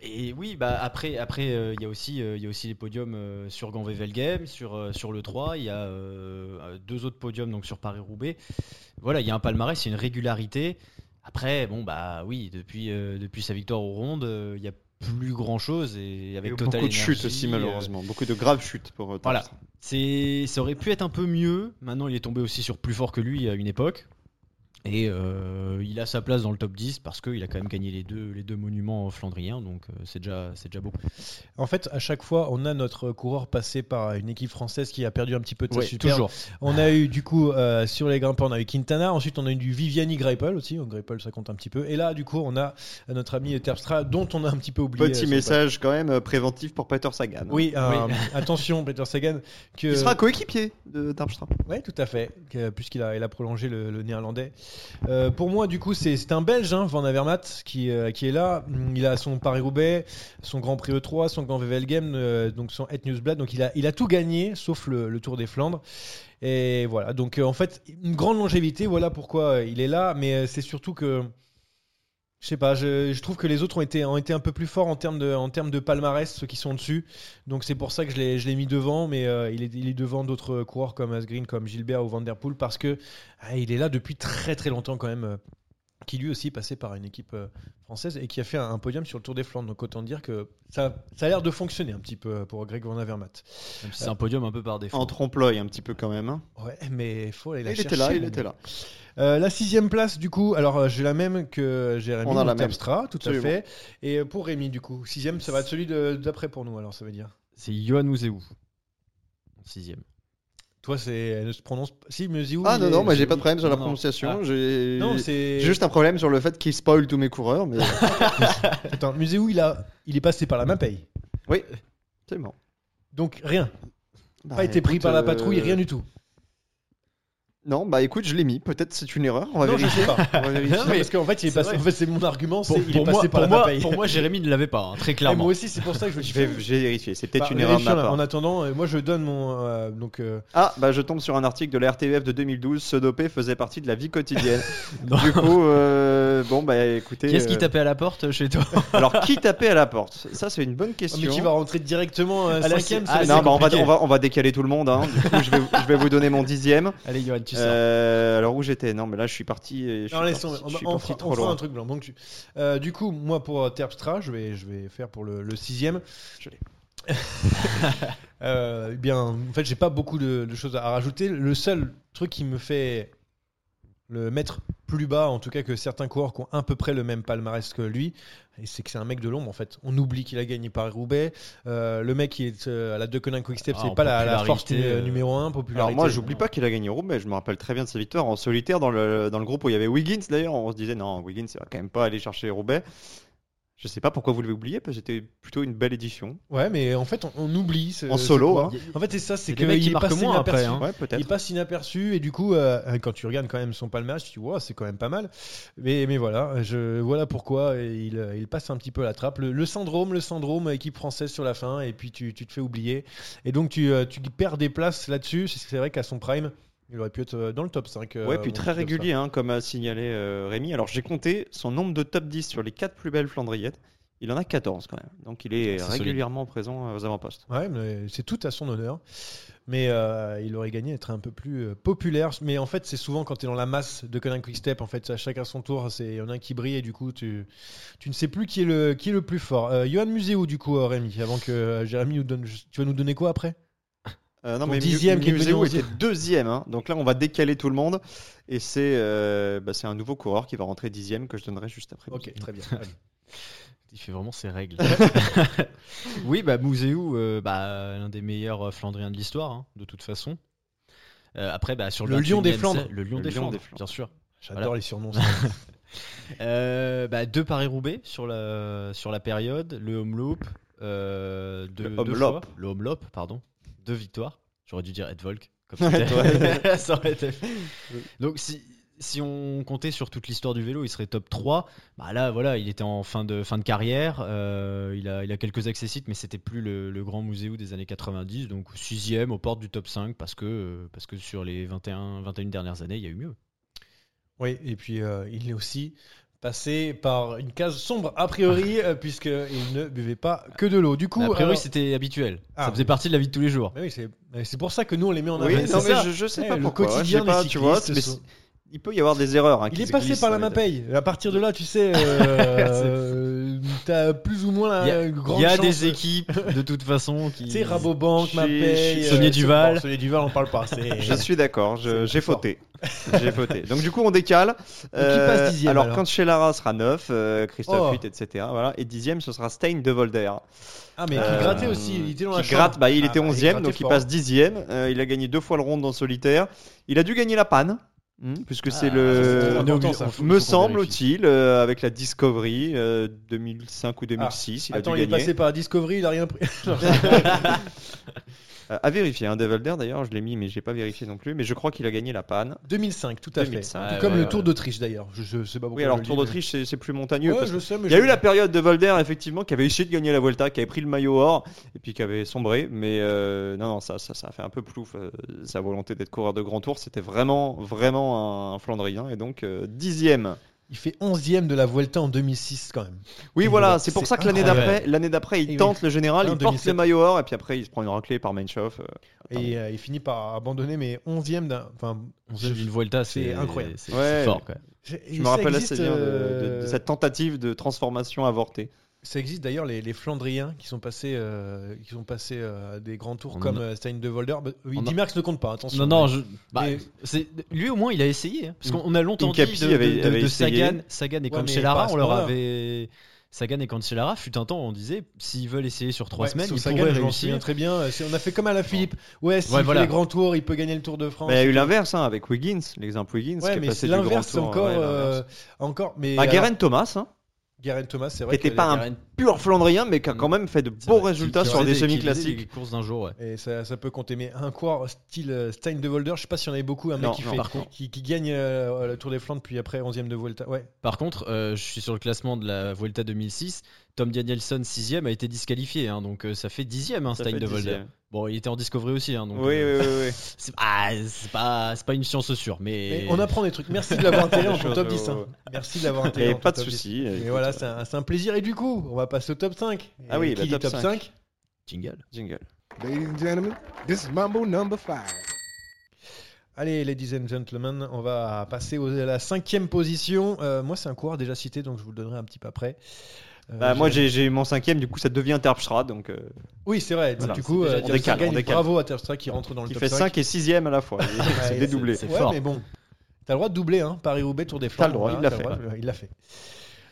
Speaker 4: Et oui, bah après, après, euh, il y a aussi, euh, il y a aussi les podiums euh, sur Ganvevel Game, sur euh, sur le 3. Il y a euh, deux autres podiums donc sur Paris Roubaix. Voilà, il y a un palmarès, il y a une régularité. Après, bon bah oui, depuis euh, depuis sa victoire aux rondes, euh, il y a plus grand chose et avec
Speaker 3: Et
Speaker 4: Total
Speaker 3: beaucoup de chutes
Speaker 4: Energy,
Speaker 3: aussi,
Speaker 4: euh,
Speaker 3: malheureusement. Beaucoup de graves chutes pour euh,
Speaker 4: Voilà.
Speaker 3: Tarkis.
Speaker 4: c'est, ça aurait pu être un peu mieux. Maintenant, il est tombé aussi sur plus fort que lui à une époque. Et euh, il a sa place dans le top 10 parce qu'il a quand même gagné les deux, les deux monuments flandriens, donc euh, c'est déjà, c'est déjà beaucoup.
Speaker 2: En fait, à chaque fois, on a notre coureur passé par une équipe française qui a perdu un petit peu de sa
Speaker 4: Ouais,
Speaker 2: superbe.
Speaker 4: toujours.
Speaker 2: On a eu du coup euh, sur les grimpeurs, on a eu Quintana. Ensuite, on a eu du Viviani Greipel aussi. Donc, Greipel, ça compte un petit peu. Et là, du coup, on a notre ami Terpstra, dont on a un petit peu oublié. euh,
Speaker 3: Petit
Speaker 2: son
Speaker 3: message quand même euh, préventif pour Peter Sagan.
Speaker 2: pote. Oui, euh,
Speaker 4: Oui.
Speaker 2: attention, Peter Sagan, que
Speaker 3: Il sera coéquipier de Darmstadt.
Speaker 2: Ouais, tout à fait, que- puisqu'il a, il a prolongé le, le néerlandais. Euh, pour moi, du coup, c'est c'est un Belge, hein, Van Avermaet, qui, euh, qui est là. Hum, Il a son Paris-Roubaix, son Grand Prix E3, son Grand VVL Game, euh, donc son Het Nieuwsblad. Donc, il a, il a tout gagné, sauf le, le Tour des Flandres. Et voilà, donc euh, en fait, une grande longévité, voilà pourquoi euh, il est là. Mais euh, c'est surtout que, je sais pas, je, je trouve que les autres ont été, ont été un peu plus forts en termes de, en termes de palmarès, ceux qui sont dessus. Donc c'est pour ça que je l'ai, je l'ai mis devant, mais euh, il, est, il est devant d'autres coureurs comme Asgreen, comme Gilbert ou Van Der Poel, parce que ah, il est là depuis très très longtemps quand même, euh, qui lui aussi passé par une équipe euh, française et qui a fait un, un podium sur le Tour des Flandres. Donc autant dire que ça, ça a l'air de fonctionner un petit peu pour Greg Van Avermaet.
Speaker 4: Même si c'est un podium un peu par défaut.
Speaker 3: En trompe-l'œil un petit peu quand même. hein.
Speaker 2: Ouais, mais faut aller
Speaker 3: Il
Speaker 2: la
Speaker 3: était
Speaker 2: chercher,
Speaker 3: là, il
Speaker 2: mon
Speaker 3: était là.
Speaker 2: euh, la sixième place, du coup, alors euh, j'ai la même que Jérémy,
Speaker 3: On a
Speaker 2: donc
Speaker 3: la même.
Speaker 2: Terpstra, tout
Speaker 3: Absolument.
Speaker 2: à fait. Et euh, pour Rémi, du coup, sixième, ça va être celui de- d'après pour nous, alors ça veut dire.
Speaker 4: C'est Johan Ouzeu, en sixième.
Speaker 2: Toi, c'est, elle ne se prononce pas. Si, Muziou.
Speaker 3: Ah
Speaker 2: il
Speaker 3: non,
Speaker 2: est-
Speaker 3: non, moi
Speaker 2: c'est-
Speaker 3: j'ai pas de problème sur la
Speaker 4: non.
Speaker 3: prononciation.
Speaker 4: Ah.
Speaker 3: J'ai
Speaker 2: Non,
Speaker 3: j'ai
Speaker 2: c'est.
Speaker 3: juste un problème sur le fait qu'il spoil tous mes coureurs. Mais...
Speaker 2: Attends, Muséou, il, a... il est passé par la MAPEI.
Speaker 3: oui, c'est bon.
Speaker 2: Donc rien.
Speaker 3: Bah,
Speaker 2: Pas été pris
Speaker 3: écoute,
Speaker 2: par la
Speaker 3: euh,
Speaker 2: patrouille, rien du tout.
Speaker 3: Non, bah écoute, je l'ai mis. Peut-être c'est une erreur. On va
Speaker 2: Non, je
Speaker 3: vérifier.
Speaker 2: sais pas.
Speaker 3: On va vérifier.
Speaker 2: Non, parce qu'en fait, il est
Speaker 4: c'est
Speaker 2: passé.
Speaker 4: vrai.
Speaker 2: En fait, c'est mon argument, c'est
Speaker 4: Pour,
Speaker 2: il
Speaker 4: pour
Speaker 2: est passé
Speaker 4: moi,
Speaker 2: par la
Speaker 4: pour, moi,
Speaker 2: MAPEI.
Speaker 4: pour moi, Jérémy ne l'avait pas, hein, très
Speaker 2: Et
Speaker 4: clairement.
Speaker 2: moi aussi, c'est pour ça que je me
Speaker 3: Je
Speaker 2: suis Bah,
Speaker 3: vais, je vais vérifier. C'est peut-être une erreur de ma part.
Speaker 2: En attendant, euh, moi, je donne mon. euh, donc, euh,
Speaker 3: Ah, bah je tombe sur un article de la RTBF de 2012. Se doper faisait partie de la vie quotidienne.
Speaker 4: Non.
Speaker 3: du coup, euh, bon, bah écoutez.
Speaker 4: Qui est-ce qui
Speaker 3: euh,
Speaker 4: tapait à la porte chez toi
Speaker 3: Alors, qui tapait à la porte Ça, c'est une bonne question.
Speaker 2: Oh, Mais qui va rentrer directement euh,
Speaker 4: À la
Speaker 2: cinquième
Speaker 4: si-
Speaker 2: ça
Speaker 4: ah,
Speaker 2: va
Speaker 3: non,
Speaker 2: être
Speaker 3: bah, on, va,
Speaker 2: compliqué.
Speaker 3: on, va, on va décaler tout le monde. hein. Du coup, je vais, je vais vous donner mon dixième.
Speaker 4: Allez, Johan, tu sors.
Speaker 3: Euh, alors, où j'étais Non, mais là, je suis parti. et Je
Speaker 2: Non,
Speaker 3: suis
Speaker 2: laisse tomber.
Speaker 3: parti-
Speaker 2: On,
Speaker 3: je
Speaker 2: va-
Speaker 3: suis
Speaker 2: on
Speaker 3: parti
Speaker 2: fera,
Speaker 3: trop
Speaker 2: on fera
Speaker 3: loin.
Speaker 2: un truc blanc. Donc, tu- euh, du coup, moi pour euh, Terpstra, je vais, je vais faire pour le, le sixième.
Speaker 3: Je l'ai.
Speaker 2: Euh, eh bien, en fait, j'ai pas beaucoup de, de choses à rajouter. Le seul truc qui me fait le mettre plus bas, en tout cas que certains coureurs qui ont à peu près le même palmarès que lui, et c'est que c'est un mec de l'ombre en fait. On oublie qu'il a gagné Paris-Roubaix. Euh, le mec qui est euh, à la Deceuninck Quickstep,
Speaker 4: Ah,
Speaker 2: c'est
Speaker 4: en
Speaker 2: pas la, la
Speaker 4: popularité,
Speaker 2: force
Speaker 4: euh,
Speaker 2: euh, numéro 1 popularité.
Speaker 3: Alors moi, j'oublie pas qu'il a gagné Roubaix, je me rappelle très bien de ses victoires en solitaire dans le, dans le groupe où il y avait Wiggins d'ailleurs, on se disait non, Wiggins il va quand même pas aller chercher Roubaix. Je sais pas pourquoi vous l'avez oublié, parce que c'était plutôt une belle édition.
Speaker 2: Ouais, mais en fait, on, on oublie. ce-
Speaker 3: En
Speaker 2: ce
Speaker 3: solo,
Speaker 2: coureur.
Speaker 3: hein.
Speaker 2: En fait, c'est ça, c'est
Speaker 4: C'est des mecs qui
Speaker 2: qu'il est
Speaker 4: marquent
Speaker 2: passé
Speaker 4: moins après,
Speaker 2: inaperçu.
Speaker 4: hein.
Speaker 3: Ouais,
Speaker 2: Il
Speaker 3: peut-être.
Speaker 2: passe inaperçu et du coup, euh, quand tu regardes quand même son palmarès, tu dis wow, c'est quand même pas mal. Mais, mais voilà, je, voilà pourquoi il, euh, il passe un petit peu à la trappe. Le, le syndrome, le syndrome équipe française sur la euh, fin et puis tu, tu te fais oublier. Et donc tu, euh, tu perds des places là-dessus. C'est vrai qu'à son prime, Il aurait pu être euh, dans le top 5. euh,
Speaker 3: Ouais,
Speaker 2: ou
Speaker 3: puis
Speaker 2: un
Speaker 3: très
Speaker 2: truc comme ça.
Speaker 3: régulier, hein, comme a signalé euh, Rémi. Alors j'ai compté son nombre de top 10 sur les 4 plus belles Flandriettes. Il en a 14 quand même. Donc il est,
Speaker 4: C'est solide.
Speaker 3: régulièrement présent euh, aux avant-postes.
Speaker 2: Ouais, mais c'est tout à son honneur. Mais euh, il aurait gagné à être un peu plus euh, populaire. Mais en fait, c'est souvent quand tu es dans la masse de Colin Quickstep, en fait, à chacun son tour, c'est- il y en a un qui brille et du coup, tu, tu ne sais plus qui est le, qui est le plus fort. Euh, Johan Muséo, du coup, euh, Rémi, avant que euh, Jérémy nous donne. Tu vas nous donner quoi après
Speaker 3: Euh, non,
Speaker 2: Ton
Speaker 3: mais
Speaker 2: dixième
Speaker 3: dixième
Speaker 2: qui est devenu
Speaker 3: était
Speaker 2: onzième.
Speaker 3: deuxième. hein. Donc là, on va décaler tout le monde. Et c'est euh, bah, c'est un nouveau coureur qui va rentrer dixième que je donnerai juste après.
Speaker 2: Ok, très bien.
Speaker 4: Il fait vraiment ses règles. oui, bah Mouzéou, euh, bah, l'un des meilleurs euh, Flandriens de l'histoire, hein, de toute façon. Euh, après, bah, sur le,
Speaker 2: Le lion des
Speaker 4: 21e
Speaker 2: Flandres.
Speaker 4: siècle- Le lion,
Speaker 3: Le
Speaker 4: des,
Speaker 3: lion
Speaker 4: Flandres,
Speaker 3: des Flandres.
Speaker 4: bien sûr.
Speaker 2: J'adore
Speaker 4: Voilà.
Speaker 2: les surnoms. ça.
Speaker 4: Euh, bah, deux Paris-Roubaix sur la, sur la période, le home loop, euh, deux,
Speaker 3: Le home
Speaker 4: deux
Speaker 3: loop.
Speaker 4: fois- le home loop, pardon, deux victoires. J'aurais dû dire Ed Volk. Comme
Speaker 3: Ouais,
Speaker 4: c'était. Ça aurait été- Donc si, si on comptait sur toute l'histoire du vélo, il serait top 3. Bah, là, voilà, il était en fin de, fin de carrière. euh, il, a, il a quelques accessites, mais c'était plus le, le grand muséo des années 90. Donc sixième aux portes du top 5 parce que, euh, parce que sur les 21, 21 dernières années, il y a eu mieux.
Speaker 2: Oui, et puis euh, il est aussi passé par une case sombre, a priori, euh, puisqu'il ne buvait pas que de l'eau. Du coup,
Speaker 4: a priori,
Speaker 2: alors-
Speaker 4: c'était habituel.
Speaker 2: Ah.
Speaker 4: Ça faisait partie de la vie de tous les jours.
Speaker 2: Mais oui, c'est mais c'est pour ça que nous, on les met en avant.
Speaker 3: Oui,
Speaker 2: C'est
Speaker 3: non, mais
Speaker 2: ça.
Speaker 3: je, je sais
Speaker 2: Eh,
Speaker 3: pas
Speaker 2: le
Speaker 3: pourquoi. hein, je
Speaker 2: quotidien
Speaker 3: sais pas,
Speaker 2: des
Speaker 3: tu vois,
Speaker 2: cyclistes
Speaker 3: mais
Speaker 2: sont-
Speaker 3: c- il peut y avoir des erreurs. hein,
Speaker 2: Il
Speaker 3: qui
Speaker 2: est
Speaker 3: se
Speaker 2: passé
Speaker 3: glissent
Speaker 2: par
Speaker 3: dans
Speaker 2: la
Speaker 3: les étapes.
Speaker 2: MAPEI. À partir de là, tu sais, euh, t'as plus ou moins la
Speaker 4: Il y a-
Speaker 2: grande
Speaker 4: Il y a
Speaker 2: chance.
Speaker 4: des équipes de toute façon qui.
Speaker 2: Tu sais, Rabobank,
Speaker 3: Chez-
Speaker 2: MAPEI,
Speaker 3: chez-
Speaker 4: Saunier
Speaker 2: euh,
Speaker 4: Duval.
Speaker 2: bon, Saunier Duval, on parle pas. C'est
Speaker 3: Je suis d'accord, je-
Speaker 2: C'est
Speaker 3: j'ai
Speaker 2: fort.
Speaker 3: fauté. J'ai fauté. Donc du coup, on décale. Euh,
Speaker 2: passe dixième,
Speaker 3: alors,
Speaker 2: alors
Speaker 3: quand Cancellara sera 9, Christophe
Speaker 2: Oh.
Speaker 3: Hutt, etc. Voilà. Et dixième, ce sera Stein de Volder.
Speaker 2: Ah, mais
Speaker 3: Euh,
Speaker 2: qui grattait aussi. Il était dans la
Speaker 3: qui
Speaker 2: chambre.
Speaker 3: gratte, bah, il
Speaker 2: Ah,
Speaker 3: était
Speaker 2: bah,
Speaker 3: 11e,
Speaker 2: grattait
Speaker 3: donc il
Speaker 2: fort.
Speaker 3: passe 10e. Euh, il a gagné deux fois le ronde en solitaire. Il a dû gagner la panne, hmm, puisque c'est
Speaker 2: Ah, c'est
Speaker 3: le.
Speaker 2: important, ça.
Speaker 4: faut-
Speaker 3: Me
Speaker 4: faut qu'on vérifie.
Speaker 3: semble-t-il, euh, avec la Discovery euh, 2005 ou 2006, il a
Speaker 2: Attends,
Speaker 3: dû
Speaker 2: il est
Speaker 3: gagner.
Speaker 2: passé par la Discovery, il a rien pris.
Speaker 3: Euh, à vérifier, hein, Devolder d'ailleurs, je l'ai mis, mais j'ai pas vérifié non plus. Mais je crois qu'il a gagné la panne.
Speaker 2: 2005, tout à fait.
Speaker 3: 2005.
Speaker 2: Tout comme
Speaker 4: ouais,
Speaker 2: le
Speaker 4: ouais.
Speaker 2: Tour d'Autriche d'ailleurs. Je, je sais pas pourquoi.
Speaker 3: Oui,
Speaker 2: je
Speaker 3: Ah, alors
Speaker 2: le
Speaker 3: Tour
Speaker 2: dis, mais-
Speaker 3: d'Autriche, c'est c'est plus montagneux.
Speaker 2: Ouais,
Speaker 3: parce
Speaker 2: je sais, mais
Speaker 3: Il y a
Speaker 2: je-
Speaker 3: eu la période de Volder, effectivement, qui avait essayé de gagner la Volta, qui avait pris le maillot or et puis qui avait sombré. Mais euh, non, non, ça, ça, ça a fait un peu plouf. euh, sa volonté d'être coureur de grand tour, c'était vraiment, vraiment un, un Flandrien. Et donc, euh, dixième.
Speaker 2: Il fait 11ème de la Vuelta en 2006 quand même.
Speaker 3: Oui,
Speaker 2: Et
Speaker 3: voilà,
Speaker 2: voilà,
Speaker 3: c'est pour
Speaker 2: c'est
Speaker 3: ça que l'année
Speaker 4: incroyable.
Speaker 3: d'après, l'année d'après,
Speaker 2: Et
Speaker 3: il
Speaker 2: oui.
Speaker 3: tente le général,
Speaker 2: En
Speaker 3: il porte
Speaker 2: 2007.
Speaker 3: le maillot or et puis après, il se prend une raclée par Menchoff. euh,
Speaker 2: Et euh, il finit par abandonner, mais 11ème d'un. Enfin,
Speaker 4: On se dit, le Vuelta, c'est
Speaker 2: c'est incroyable.
Speaker 4: C'est
Speaker 3: Ouais.
Speaker 4: c'est fort. quoi.
Speaker 3: je me rappelle assez bien de-
Speaker 2: euh,
Speaker 3: de- de cette tentative de transformation avortée.
Speaker 2: Ça existe d'ailleurs les, les Flandriens qui sont passés, euh, qui sont passés euh, à des grands tours
Speaker 4: On
Speaker 2: comme
Speaker 4: en a-
Speaker 2: euh, Stein de Volder. Bah, oui,
Speaker 4: On en a-
Speaker 2: Di Merckx ne compte pas, attention.
Speaker 4: Non, non, je- bah,
Speaker 2: Mais- Mm.
Speaker 4: c'est- lui au moins il a essayé. hein, Parce qu'on a longtemps
Speaker 3: Incapi
Speaker 4: dit de, de-
Speaker 3: avait-
Speaker 4: de-
Speaker 3: avait
Speaker 4: de
Speaker 3: essayé.
Speaker 4: Sagan, Sagan et
Speaker 2: mais pas à
Speaker 4: Cancellara,
Speaker 2: ce
Speaker 4: on leur
Speaker 2: point-là.
Speaker 4: avait. Sagan et Cancellara, fut un temps on disait s'ils veulent essayer sur trois
Speaker 2: Ouais,
Speaker 4: semaines,
Speaker 2: sauf
Speaker 4: ils
Speaker 2: Sagan,
Speaker 4: pourraient
Speaker 2: je m'en souviens
Speaker 4: réussir.
Speaker 2: très bien. Euh, c'est- On a fait comme à la Philippe. Ouais, s'il
Speaker 4: Ouais,
Speaker 2: fait
Speaker 4: voilà.
Speaker 2: les grands tours, il peut gagner le Tour de France.
Speaker 3: Mais il y a eu l'inverse hein, avec Wiggins, l'exemple Wiggins
Speaker 2: ouais,
Speaker 3: qui est
Speaker 2: mais c'est
Speaker 3: passé du grand
Speaker 2: l'inverse
Speaker 3: tour.
Speaker 2: encore.
Speaker 3: ouais,
Speaker 2: euh,
Speaker 3: l'inverse.
Speaker 2: encore. Mais
Speaker 3: Bah,
Speaker 2: alors,
Speaker 3: Guérin Thomas, hein,
Speaker 2: Guérin Thomas, c'est vrai.
Speaker 3: était
Speaker 2: que-
Speaker 3: pas un pur Flandrien, mais qui
Speaker 2: Mm.
Speaker 3: a quand même fait de
Speaker 4: C'est
Speaker 3: beaux
Speaker 4: vrai,
Speaker 3: résultats
Speaker 4: qui- qui
Speaker 3: sur
Speaker 4: faisait
Speaker 3: des
Speaker 4: qui faisait des
Speaker 3: semi-classiques.
Speaker 4: courses d'un jour, ouais.
Speaker 2: Et ça, ça peut compter. Mais un coureur style euh, Stein de Volder, je sais pas s'il y en avait beaucoup. Un mec
Speaker 3: Non,
Speaker 2: qui,
Speaker 3: non,
Speaker 2: fait-
Speaker 3: par contre.
Speaker 2: qui, qui gagne euh, le Tour des Flandres, puis après 11ème de Vuelta. Ouais.
Speaker 4: Par contre, euh, je suis sur le classement de la Vuelta 2006. Tom Danielson, 6 a été disqualifié. hein, donc euh, ça fait 10 hein,
Speaker 3: Ça
Speaker 4: Stein
Speaker 3: fait
Speaker 4: de Volder.
Speaker 3: dixième.
Speaker 4: Bon, il était en Discovery aussi. hein, donc,
Speaker 3: Oui,
Speaker 4: euh,
Speaker 3: oui, oui, oui.
Speaker 4: C'est ah, c'est pas, c'est pas une science sûre, mais.
Speaker 2: Et on apprend des trucs. Merci de l'avoir intégré en
Speaker 3: Des
Speaker 2: ton
Speaker 3: choses,
Speaker 2: top
Speaker 3: ouais,
Speaker 2: 10. hein.
Speaker 3: ouais.
Speaker 2: Merci de l'avoir intégré.
Speaker 3: Et
Speaker 2: en ton
Speaker 3: pas de euh,
Speaker 2: top 10.
Speaker 3: souci.
Speaker 2: Mais
Speaker 3: écoute,
Speaker 2: voilà, c'est un, c'est un plaisir. Et du coup, on va passer au top 5.
Speaker 3: Ah
Speaker 2: Et
Speaker 3: oui,
Speaker 4: bah,
Speaker 2: qui
Speaker 3: le
Speaker 2: dit top
Speaker 3: top
Speaker 2: 5,
Speaker 3: cinq.
Speaker 4: Jingle.
Speaker 3: Jingle.
Speaker 5: Ladies and gentlemen, this is Mambo number five.
Speaker 2: Allez, ladies and gentlemen, on va passer aux- à la cinquième position. Euh, moi, c'est un coureur déjà cité, donc je vous le donnerai un petit peu après. Euh,
Speaker 3: Bah, moi, j'ai j'ai mon cinquième, du coup, ça devient Terpstra, donc euh,
Speaker 2: Oui, c'est vrai.
Speaker 3: Voilà,
Speaker 2: donc, du coup,
Speaker 3: c'est déjà-
Speaker 2: euh,
Speaker 3: on
Speaker 2: Terpstra
Speaker 3: décale,
Speaker 2: gagne.
Speaker 3: on décale.
Speaker 2: Bravo à Terpstra qui rentre dans le
Speaker 3: qui
Speaker 2: top
Speaker 3: fait 5 et 6ème à la fois.
Speaker 2: Ouais,
Speaker 3: C'est dédoublé.
Speaker 4: c'est-
Speaker 2: ouais,
Speaker 4: fort.
Speaker 2: mais bon, t'as le droit de doubler, hein, Paris-Roubaix, Tour des Flandres.
Speaker 3: le droit,
Speaker 2: voilà,
Speaker 3: il l'a
Speaker 2: t'as le
Speaker 3: fait.
Speaker 2: droit, il l'a fait.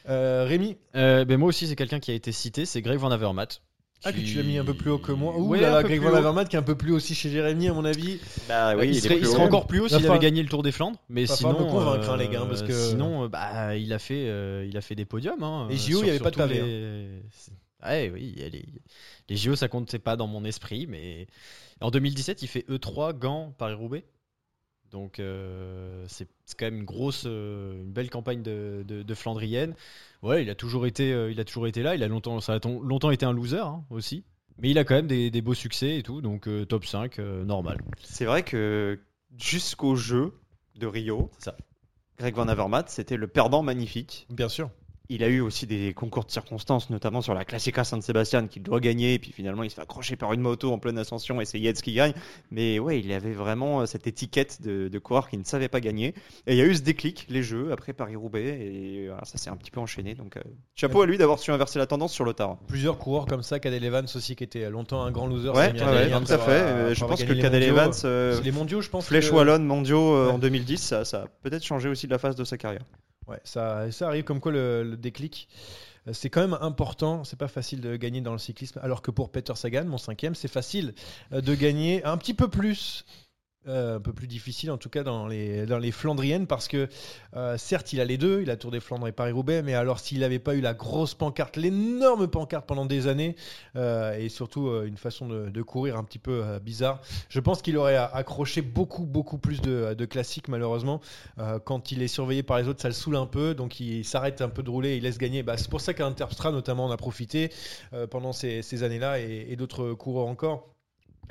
Speaker 2: Euh, Rémi,
Speaker 4: Euh, ben moi aussi, c'est quelqu'un qui a été cité, c'est Greg Van Avermaet.
Speaker 2: ah, que
Speaker 4: qui-
Speaker 2: tu l'as mis un peu plus haut que moi. Ouh
Speaker 4: Ouais,
Speaker 2: là
Speaker 4: un
Speaker 2: là,
Speaker 4: peu
Speaker 2: Greg
Speaker 4: plus
Speaker 2: Van
Speaker 4: haut.
Speaker 2: Avermaet qui est un peu plus haut aussi chez Jérémy, à mon avis.
Speaker 3: Bah oui,
Speaker 4: il,
Speaker 3: il est
Speaker 4: serait,
Speaker 3: plus
Speaker 4: il
Speaker 3: haut.
Speaker 4: serait encore plus haut
Speaker 2: Va
Speaker 4: s'il
Speaker 2: falloir-
Speaker 4: avait gagné le Tour des Flandres, mais
Speaker 2: Va
Speaker 4: sinon.
Speaker 2: falloir me convaincre, hein, les gars, parce que-
Speaker 4: Sinon, euh, bah, il a fait, euh, il a fait des podiums. Hein,
Speaker 2: Les
Speaker 4: euh,
Speaker 2: JO, il y avait pas de hein.
Speaker 4: surtout
Speaker 2: pavé,
Speaker 4: les- Ouais, oui, il y a les... les JO, ça comptait pas dans mon esprit, mais en 2017, il fait E3, Gand, Paris-Roubaix. Donc, euh, c'est c'est quand même une grosse, euh, une belle campagne de, de- de Flandrienne. Ouais, il a toujours été, euh, il a toujours été là. Il a longtemps, ça a ton- longtemps été un loser hein, aussi. Mais il a quand même des, des beaux succès et tout, donc euh, top 5, euh, normal.
Speaker 3: C'est vrai que jusqu'au jeu de Rio.
Speaker 4: C'est ça.
Speaker 3: Greg Van Avermaet, c'était le perdant magnifique.
Speaker 2: Bien sûr.
Speaker 3: Il a eu aussi des concours de circonstances, notamment sur la Classica San Sebastian qu'il doit gagner, et puis finalement il se fait accrocher par une moto en pleine ascension et c'est Yates qui gagne. Mais ouais, il avait vraiment euh, cette étiquette de, de coureur qui ne savait pas gagner. Et il y a eu ce déclic, les jeux, après Paris-Roubaix, et voilà, ça s'est un petit peu enchaîné. Donc euh, chapeau à lui d'avoir su inverser la tendance sur le tard.
Speaker 2: Plusieurs coureurs comme ça, Cadel Evans aussi, qui était longtemps un grand loser.
Speaker 3: Ouais,
Speaker 2: s'est mis à
Speaker 3: ouais,
Speaker 2: gagner
Speaker 3: ouais,
Speaker 2: après
Speaker 3: tout à fait.
Speaker 2: avoir-
Speaker 3: Euh, je
Speaker 2: après avoir
Speaker 3: pense que
Speaker 2: gagné les
Speaker 3: Cadel
Speaker 2: mondiaux.
Speaker 3: Evans, euh,
Speaker 2: C'est les mondiaux, je pense.
Speaker 3: Flèche
Speaker 2: que-
Speaker 3: Wallonne, mondiaux euh,
Speaker 2: Ouais.
Speaker 3: en 2010, ça, ça a peut-être changé aussi la phase de sa carrière.
Speaker 2: Ouais, ça, ça arrive comme quoi le, le déclic. euh, C'est quand même important, c'est pas facile de gagner dans le cyclisme, alors que pour Peter Sagan, mon cinquième, c'est facile euh, de gagner un petit peu plus, euh, un peu plus difficile en tout cas dans les, dans les Flandriennes, parce que euh, certes il a les deux, il a Tour des Flandres et Paris-Roubaix, mais alors s'il n'avait pas eu la grosse pancarte, l'énorme pancarte pendant des années, euh, et surtout euh, une façon de, de courir un petit peu euh, bizarre, je pense qu'il aurait accroché beaucoup, beaucoup plus de, de classiques malheureusement. Euh, quand il est surveillé par les autres, ça le saoule un peu, donc il s'arrête un peu de rouler, il laisse gagner. Bah, c'est pour ça qu'à Interpstra, notamment, on a profité euh, pendant ces, ces années-là et, et d'autres coureurs encore.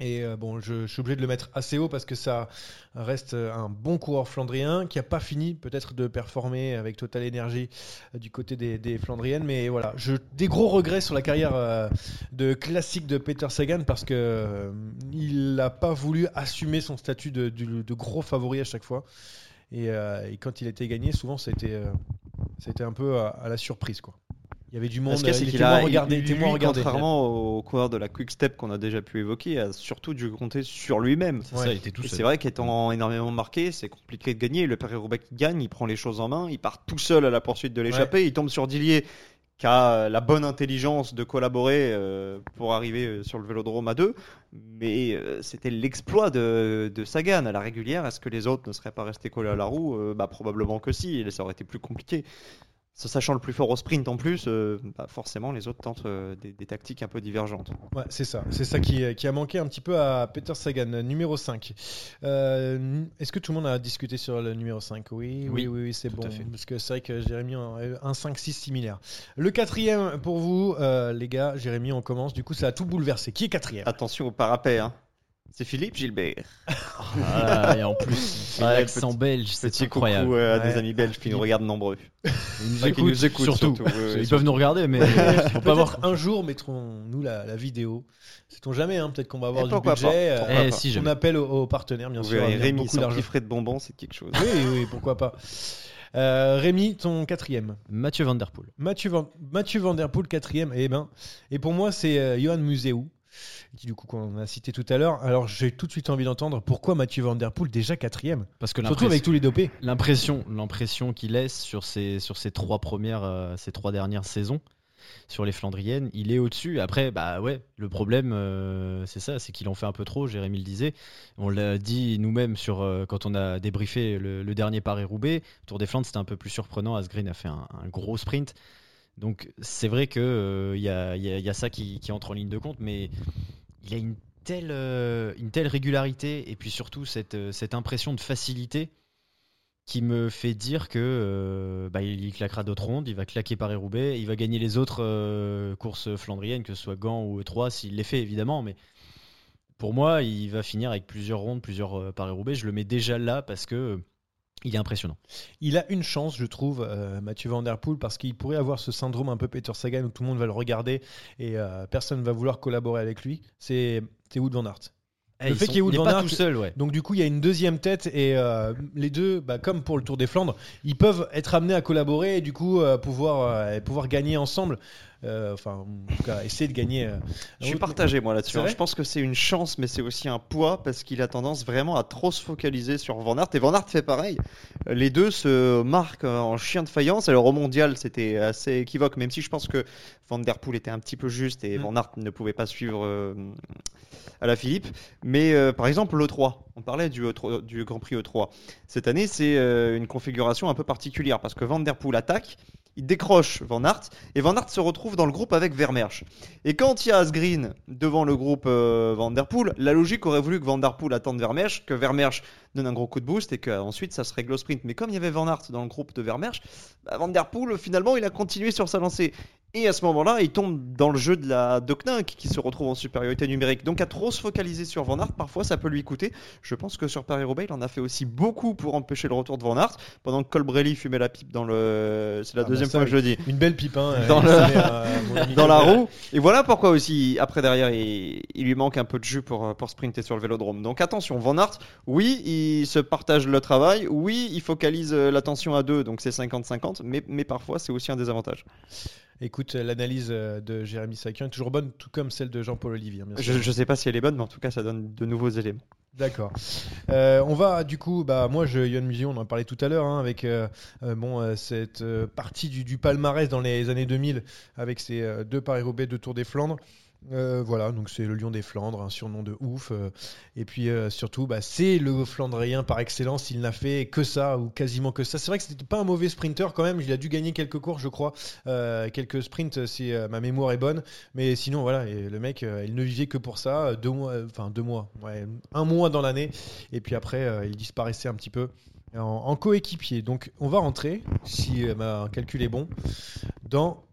Speaker 2: Et euh, bon, je, je suis obligé de le mettre assez haut parce que ça reste euh, un bon coureur flandrien qui n'a pas fini peut-être de performer avec Total Energy euh, du côté des, des Flandriennes. Mais voilà, je, des gros regrets sur la carrière euh, de classique de Peter Sagan parce que euh, il n'a pas voulu assumer son statut de- du- de gros favori à chaque fois. Et, euh, et quand il était gagné, souvent c'était euh, c'était un peu à, à la surprise quoi. Il y avait du monde, euh,
Speaker 3: Ce qu'il y a, c'est
Speaker 2: il était
Speaker 3: qu'il a-
Speaker 2: moins
Speaker 3: il-
Speaker 2: regardé, il
Speaker 3: lui,
Speaker 2: était moins regardé.
Speaker 3: Contrairement au coureur de la Quick Step qu'on a déjà pu évoquer, a surtout dû compter sur lui-même.
Speaker 4: C'est ça, il était tout
Speaker 3: Et
Speaker 4: seul.
Speaker 3: c'est vrai qu'étant énormément marqué, c'est compliqué de gagner. Le Paris-Roubaix qui gagne, il prend les choses en main, il part tout seul à la poursuite de l'échappée, il tombe sur Dillier qui a euh, la bonne intelligence de collaborer euh, pour arriver euh, sur le vélodrome à deux. Mais euh, c'était l'exploit de, de Sagan à la régulière. Est-ce que les autres ne seraient pas restés collés à la roue Euh, bah, Probablement que si, et ça aurait été plus compliqué. Se Sachant le plus fort au sprint en plus, euh, bah, forcément les autres tentent euh, des, des tactiques un peu divergentes.
Speaker 2: Ouais, c'est ça, c'est ça qui, qui a manqué un petit peu à Peter Sagan, numéro 5. Euh, Est-ce que tout le monde a discuté sur le numéro 5 Oui, oui, oui,
Speaker 4: Oui,
Speaker 2: oui, c'est
Speaker 4: tout
Speaker 2: bon.
Speaker 4: à fait.
Speaker 2: Parce que c'est vrai que Jérémy en a eu Euh, un 5-6 similaire. Le quatrième pour vous, euh, les gars, Jérémy, on commence. Du coup, ça a tout bouleversé. Qui est quatrième
Speaker 3: Attention au parapet, hein. c'est Philippe Gilbert.
Speaker 4: Ah, et en plus, il fait
Speaker 3: Ouais,
Speaker 4: l'accent
Speaker 3: petit-
Speaker 4: belge, c'est
Speaker 3: Petit
Speaker 4: incroyable.
Speaker 3: coucou euh, à
Speaker 2: Ouais.
Speaker 3: des amis belges qui nous
Speaker 2: Philippe.
Speaker 3: regardent nombreux.
Speaker 4: Ils nous
Speaker 3: Enfin, qui
Speaker 4: écoutent,
Speaker 3: nous écoutent
Speaker 4: surtout.
Speaker 3: surtout, ouais, ouais,
Speaker 4: Ils peuvent nous regarder, mais faut pas voir.
Speaker 2: Peut-être un jour, mettrons-nous la, la vidéo. Sait-on jamais, hein, peut-être qu'on va avoir
Speaker 3: Et
Speaker 2: du
Speaker 3: pourquoi pas,
Speaker 2: budget. euh,
Speaker 3: pourquoi
Speaker 4: Eh, si,
Speaker 2: on
Speaker 4: j'aime.
Speaker 2: appelle aux, aux partenaires, bien
Speaker 3: Vous
Speaker 2: sûr. à
Speaker 3: verrez
Speaker 2: venir,
Speaker 3: Rémi
Speaker 2: beaucoup
Speaker 3: sans
Speaker 2: d'argent.
Speaker 3: petit frais de bonbons, c'est quelque chose.
Speaker 2: Oui, oui, pourquoi pas. Euh, Rémi, ton quatrième.
Speaker 4: Mathieu Van Der Poel.
Speaker 2: Mathieu Van, Mathieu Van Der Poel, quatrième. Et, ben, et pour moi, c'est euh, Johan Muséou, qui du coup qu'on a cité tout à l'heure. Alors j'ai tout de suite envie d'entendre pourquoi Mathieu Van Der Poel déjà quatrième.
Speaker 4: Parce que
Speaker 2: Surtout
Speaker 4: l'impression-
Speaker 2: avec tous les dopés.
Speaker 4: l'impression, l'impression qu'il laisse sur ses, sur ses trois premières, euh, ses trois dernières saisons, sur les Flandriennes, il est au-dessus. Après, bah ouais, le problème, euh, c'est ça, c'est qu'il en fait un peu trop. Jérémy le disait. On l'a dit nous-mêmes sur euh, quand on a débriefé le, le dernier Paris Roubaix. Tour des Flandres, c'était un peu plus surprenant. Asgreen a fait un, un gros sprint. Donc c'est vrai que euh, il y, a, il y a- il y a ça qui, qui entre en ligne de compte, mais il a une telle, euh, une telle régularité et puis surtout cette, euh, cette impression de facilité qui me fait dire que euh, bah, il claquera d'autres rondes, il va claquer Paris-Roubaix, il va gagner les autres euh, courses flandriennes, que ce soit Gand ou E3, s'il les fait évidemment, mais pour moi, il va finir avec plusieurs rondes, plusieurs euh, Paris-Roubaix. Je le mets déjà là parce que euh, il est impressionnant.
Speaker 2: Il a une chance, je trouve, euh, Mathieu Van Der Poel, parce qu'il pourrait avoir ce syndrome un peu Peter Sagan où tout le monde va le regarder et euh, personne ne va vouloir collaborer avec lui. C'est c'est Wood Van Aert.
Speaker 4: Eh,
Speaker 2: Le
Speaker 4: ils
Speaker 2: fait
Speaker 4: sont-
Speaker 2: qu'il y ait Wout
Speaker 4: il est
Speaker 2: Van
Speaker 4: pas
Speaker 2: Aert-
Speaker 4: tout seul, ouais.
Speaker 2: Donc du coup, il y a une deuxième tête et euh, les deux, bah, comme pour le Tour des Flandres, ils peuvent être amenés à collaborer et du coup euh, pouvoir, euh, pouvoir gagner ensemble. Euh, enfin, en tout cas, essayer de gagner. euh,
Speaker 3: Je suis
Speaker 2: route.
Speaker 3: partagé moi
Speaker 2: C'est
Speaker 3: là-dessus. hein.
Speaker 2: vrai
Speaker 3: Je pense que c'est une chance, mais c'est aussi un poids parce qu'il a tendance vraiment à trop se focaliser sur Van Aert. Et Van Aert fait pareil. Les deux se marquent euh, en chien de faïence. Alors au mondial, c'était assez équivoque, même si je pense que Van Der Poel était un petit peu juste et
Speaker 2: Mm.
Speaker 3: Van Aert ne pouvait pas suivre euh, à la Philippe. Mais euh, par exemple, l'E3, on parlait du, E3 du Grand Prix E3. Cette année, c'est euh, une configuration un peu particulière parce que Van Der Poel attaque, il décroche Van Aert et Van Aert se retrouve dans le groupe avec Vermeersch. Et quand il y a Asgreen devant le groupe euh, Van Der Poel, la logique aurait voulu que Van Der Poel attende Vermeersch, que Vermeersch donne un gros coup de boost et qu'ensuite ça se règle au sprint. Mais comme il y avait Van Aert dans le groupe de Vermeersch, bah, Van Der Poel finalement il a continué sur sa lancée. Et à ce moment-là, il tombe dans le jeu de la Doknink qui se retrouve en supériorité numérique. Donc à trop se focaliser sur Van Aert, parfois ça peut lui coûter. Je pense que sur Paris-Roubaix, il en a fait aussi beaucoup pour empêcher le retour de Van Aert. Pendant que Colbrelli fumait la pipe dans le... C'est la
Speaker 2: Ah bah
Speaker 3: deuxième
Speaker 2: ça,
Speaker 3: fois que je le dis.
Speaker 2: Une belle pipe, hein.
Speaker 3: Dans
Speaker 2: elle,
Speaker 3: le-
Speaker 2: c'est, euh, mon ami
Speaker 3: dans la
Speaker 2: Colbert.
Speaker 3: roue. Et voilà pourquoi aussi, après derrière, il, il lui manque un peu de jus pour, euh, pour sprinter sur le vélodrome. Donc attention, Van Aert, oui, il se partage le travail, oui, il focalise euh, l'attention à deux, donc c'est 50-50, mais, mais parfois c'est aussi un désavantage.
Speaker 2: Écoute, l'analyse euh, de Jérémy Saquin est toujours bonne, tout comme celle de Jean-Paul Olivier. hein, bien
Speaker 3: Je
Speaker 2: sûr.
Speaker 3: ne sais pas si elle est bonne, mais en tout cas, ça donne de nouveaux éléments.
Speaker 2: D'accord. Euh, on va du coup, bah moi, je, Yann Musion, on en parlait tout à l'heure, hein, avec euh, euh, bon euh, cette euh, partie du, du palmarès dans les années 2000, avec ces euh, deux Paris-Roubaix, deux Tours des Flandres. Euh, voilà, donc c'est le Lion des Flandres, un surnom de ouf. euh, et puis euh, surtout, bah, c'est le Flandrien par excellence. Il n'a fait que ça ou quasiment que ça. C'est vrai que c'était pas un mauvais sprinter quand même. Il a dû gagner quelques cours, je crois, euh, quelques sprints si euh, ma mémoire est bonne. Mais sinon, voilà, et le mec, euh, il ne vivait que pour ça. euh, Deux mois, euh, enfin deux mois, ouais, un mois dans l'année. Et puis après, euh, il disparaissait un petit peu en, en coéquipier. Donc, on va rentrer, si euh, ma calcul est bon, dans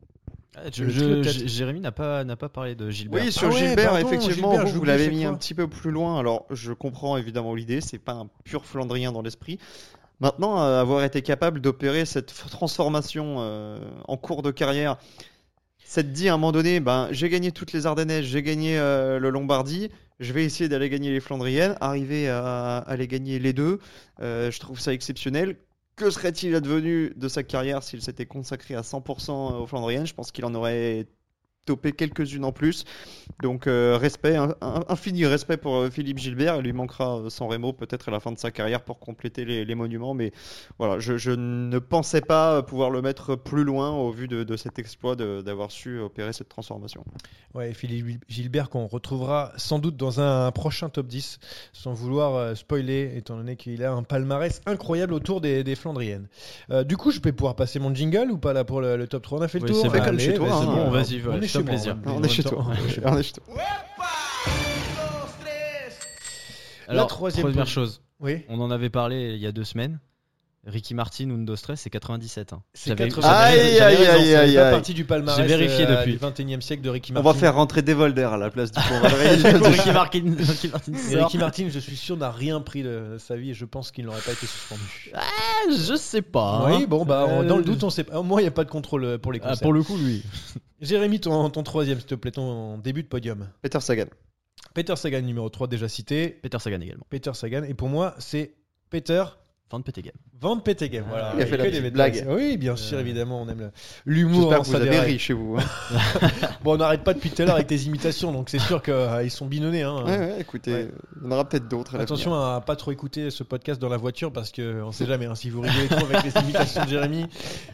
Speaker 4: Ah,
Speaker 2: Le
Speaker 4: je-
Speaker 2: trio
Speaker 4: je-
Speaker 2: de tête.
Speaker 4: J- Jérémy n'a pas, n'a pas parlé de Gilbert.
Speaker 3: Oui, sur
Speaker 2: Ah ouais,
Speaker 3: Gilbert,
Speaker 2: pardon,
Speaker 3: effectivement,
Speaker 2: Gilbert,
Speaker 3: vous, vous
Speaker 2: j'oublie
Speaker 3: l'avez
Speaker 2: chaque
Speaker 3: mis un
Speaker 2: fois.
Speaker 3: petit peu plus loin. Alors, je comprends évidemment l'idée, c'est pas un pur Flandrien dans l'esprit. Maintenant, euh, avoir été capable d'opérer cette f- transformation euh, en cours de carrière, ça te dit à un moment donné, ben, j'ai gagné toutes les Ardennes, j'ai gagné euh, le Lombardie, je vais essayer d'aller gagner les Flandriennes, arriver à, à les gagner les deux, euh, je trouve ça exceptionnel. Que serait-il advenu de sa carrière s'il s'était consacré à 100% euh, aux Flandriennes Je pense qu'il en aurait topé quelques-unes en plus. Donc euh, respect, un- un- infini respect pour euh, Philippe Gilbert. Il lui manquera euh, San Remo peut-être à la fin de sa carrière pour compléter les, les monuments. Mais voilà, je, je ne pensais pas euh, pouvoir le mettre plus loin au vu de, de cet exploit de- d'avoir su opérer cette transformation.
Speaker 2: Ouais, Philippe Gilbert qu'on retrouvera sans doute dans un prochain top 10, sans vouloir euh, spoiler, étant donné qu'il a un palmarès incroyable autour des, des Flandriennes. Euh, du coup, je vais pouvoir passer mon jingle ou pas là pour le, le top 3 On a fait le
Speaker 4: Oui,
Speaker 2: tour
Speaker 4: c'est
Speaker 3: fait
Speaker 2: Allez,
Speaker 3: comme chez toi,
Speaker 2: bah,
Speaker 3: hein.
Speaker 2: c'est
Speaker 3: Bon,
Speaker 4: vas-y,
Speaker 2: on
Speaker 4: ouais,
Speaker 2: est
Speaker 4: fais
Speaker 2: chez moi, hein.
Speaker 4: plaisir.
Speaker 2: on
Speaker 3: Ah, on est chez toi. On est chez toi.
Speaker 4: Alors,
Speaker 2: La troisième
Speaker 4: première
Speaker 2: position.
Speaker 4: chose,
Speaker 2: Oui,
Speaker 4: on en avait parlé il y a deux semaines. Ricky Martin, Undo Stress, c'est 97. hein.
Speaker 2: c'est
Speaker 4: J'avais-
Speaker 2: 80.
Speaker 3: Aïe,
Speaker 2: J'avais
Speaker 3: aïe,
Speaker 2: raison, ça
Speaker 3: aïe,
Speaker 2: fait
Speaker 3: aïe,
Speaker 2: pas
Speaker 3: aïe.
Speaker 2: partie du palmarès
Speaker 4: J'ai vérifié
Speaker 2: euh,
Speaker 4: depuis.
Speaker 2: du 21e siècle de Ricky
Speaker 3: On
Speaker 2: Martin.
Speaker 3: va faire rentrer Devolder à la place du
Speaker 4: Ricky
Speaker 3: Conrad
Speaker 4: Martin- Ricky Martin
Speaker 2: Et
Speaker 4: sort.
Speaker 2: Ricky Martin, je suis sûr, n'a rien pris de de sa vie et je pense qu'il n'aurait pas été suspendu.
Speaker 4: Ah, Je sais pas. hein.
Speaker 2: oui, bon, bah, on- dans le
Speaker 4: Euh,
Speaker 2: doute, on sait pas. Moi, il n'y a pas de contrôle euh, pour les
Speaker 4: ah,
Speaker 2: concepts.
Speaker 4: pour le coup, lui.
Speaker 2: Jérémy, ton, ton troisième, s'il te plaît, ton début de podium.
Speaker 3: Peter Sagan.
Speaker 2: Peter Sagan, numéro 3, déjà cité.
Speaker 4: Peter Sagan également.
Speaker 2: Peter Sagan. Et pour moi, c'est Peter
Speaker 4: Fin de Peter Game.
Speaker 2: Van Peteghem. Voilà.
Speaker 3: Il a
Speaker 2: Et
Speaker 3: fait la
Speaker 2: que
Speaker 3: petite
Speaker 2: des
Speaker 3: blague.
Speaker 2: blagues. Oui, bien sûr,
Speaker 4: Euh.
Speaker 2: évidemment, on aime le- l'humour.
Speaker 3: J'espère
Speaker 2: hein,
Speaker 3: que vous
Speaker 2: ça
Speaker 3: avez
Speaker 2: déraille.
Speaker 3: ri chez vous. hein.
Speaker 2: Bon, on n'arrête pas depuis tout à l'heure avec tes imitations, donc c'est sûr qu'ils sont binonnés. hein.
Speaker 3: Ouais, ouais, écoutez,
Speaker 2: Ouais.
Speaker 3: il y en aura peut-être d'autres. à l'avenir.
Speaker 2: Attention à pas trop écouter ce podcast dans la voiture parce que on sait jamais hein, si vous rigolez trop avec les imitations de Jérémy,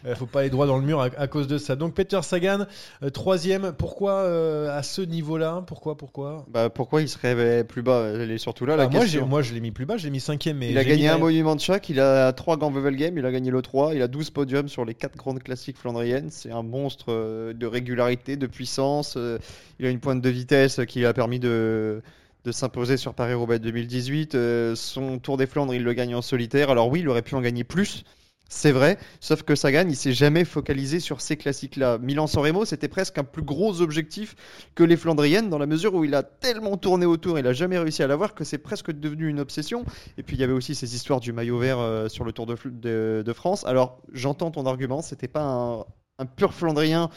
Speaker 2: euh, faut pas aller droit dans le mur à, à cause de ça. Donc Peter Sagan, euh, troisième. Pourquoi euh, à ce niveau-là Pourquoi Pourquoi
Speaker 3: Bah, pourquoi il serait euh, plus bas Elle est surtout là, la
Speaker 2: Ah, Moi, j'ai-
Speaker 3: question.
Speaker 2: moi, je l'ai mis plus bas. Je l'ai mis cinquième. Mais
Speaker 3: Il a
Speaker 2: j'ai
Speaker 3: gagné
Speaker 2: mis-
Speaker 3: un monument de chaque, il a 3 grands Vevel Games, il a gagné le 3, il a 12 podiums sur les 4 grandes classiques flandriennes. C'est un monstre euh, de régularité, de puissance. euh, Il a une pointe de vitesse qui lui a permis de, de s'imposer sur Paris-Roubaix 2018. Euh, Son Tour des Flandres, il le gagne en solitaire. Alors oui, il aurait pu en gagner plus. C'est vrai, sauf que Sagan, il s'est jamais focalisé sur ces classiques-là. Milan-San Remo, c'était presque un plus gros objectif que les Flandriennes, dans la mesure où il a tellement tourné autour, il a jamais réussi à l'avoir, que c'est presque devenu une obsession. Et puis il y avait aussi ces histoires du maillot vert euh, sur le Tour de, Fl- de- de France. Alors j'entends ton argument, c'était pas un, un pur Flandrien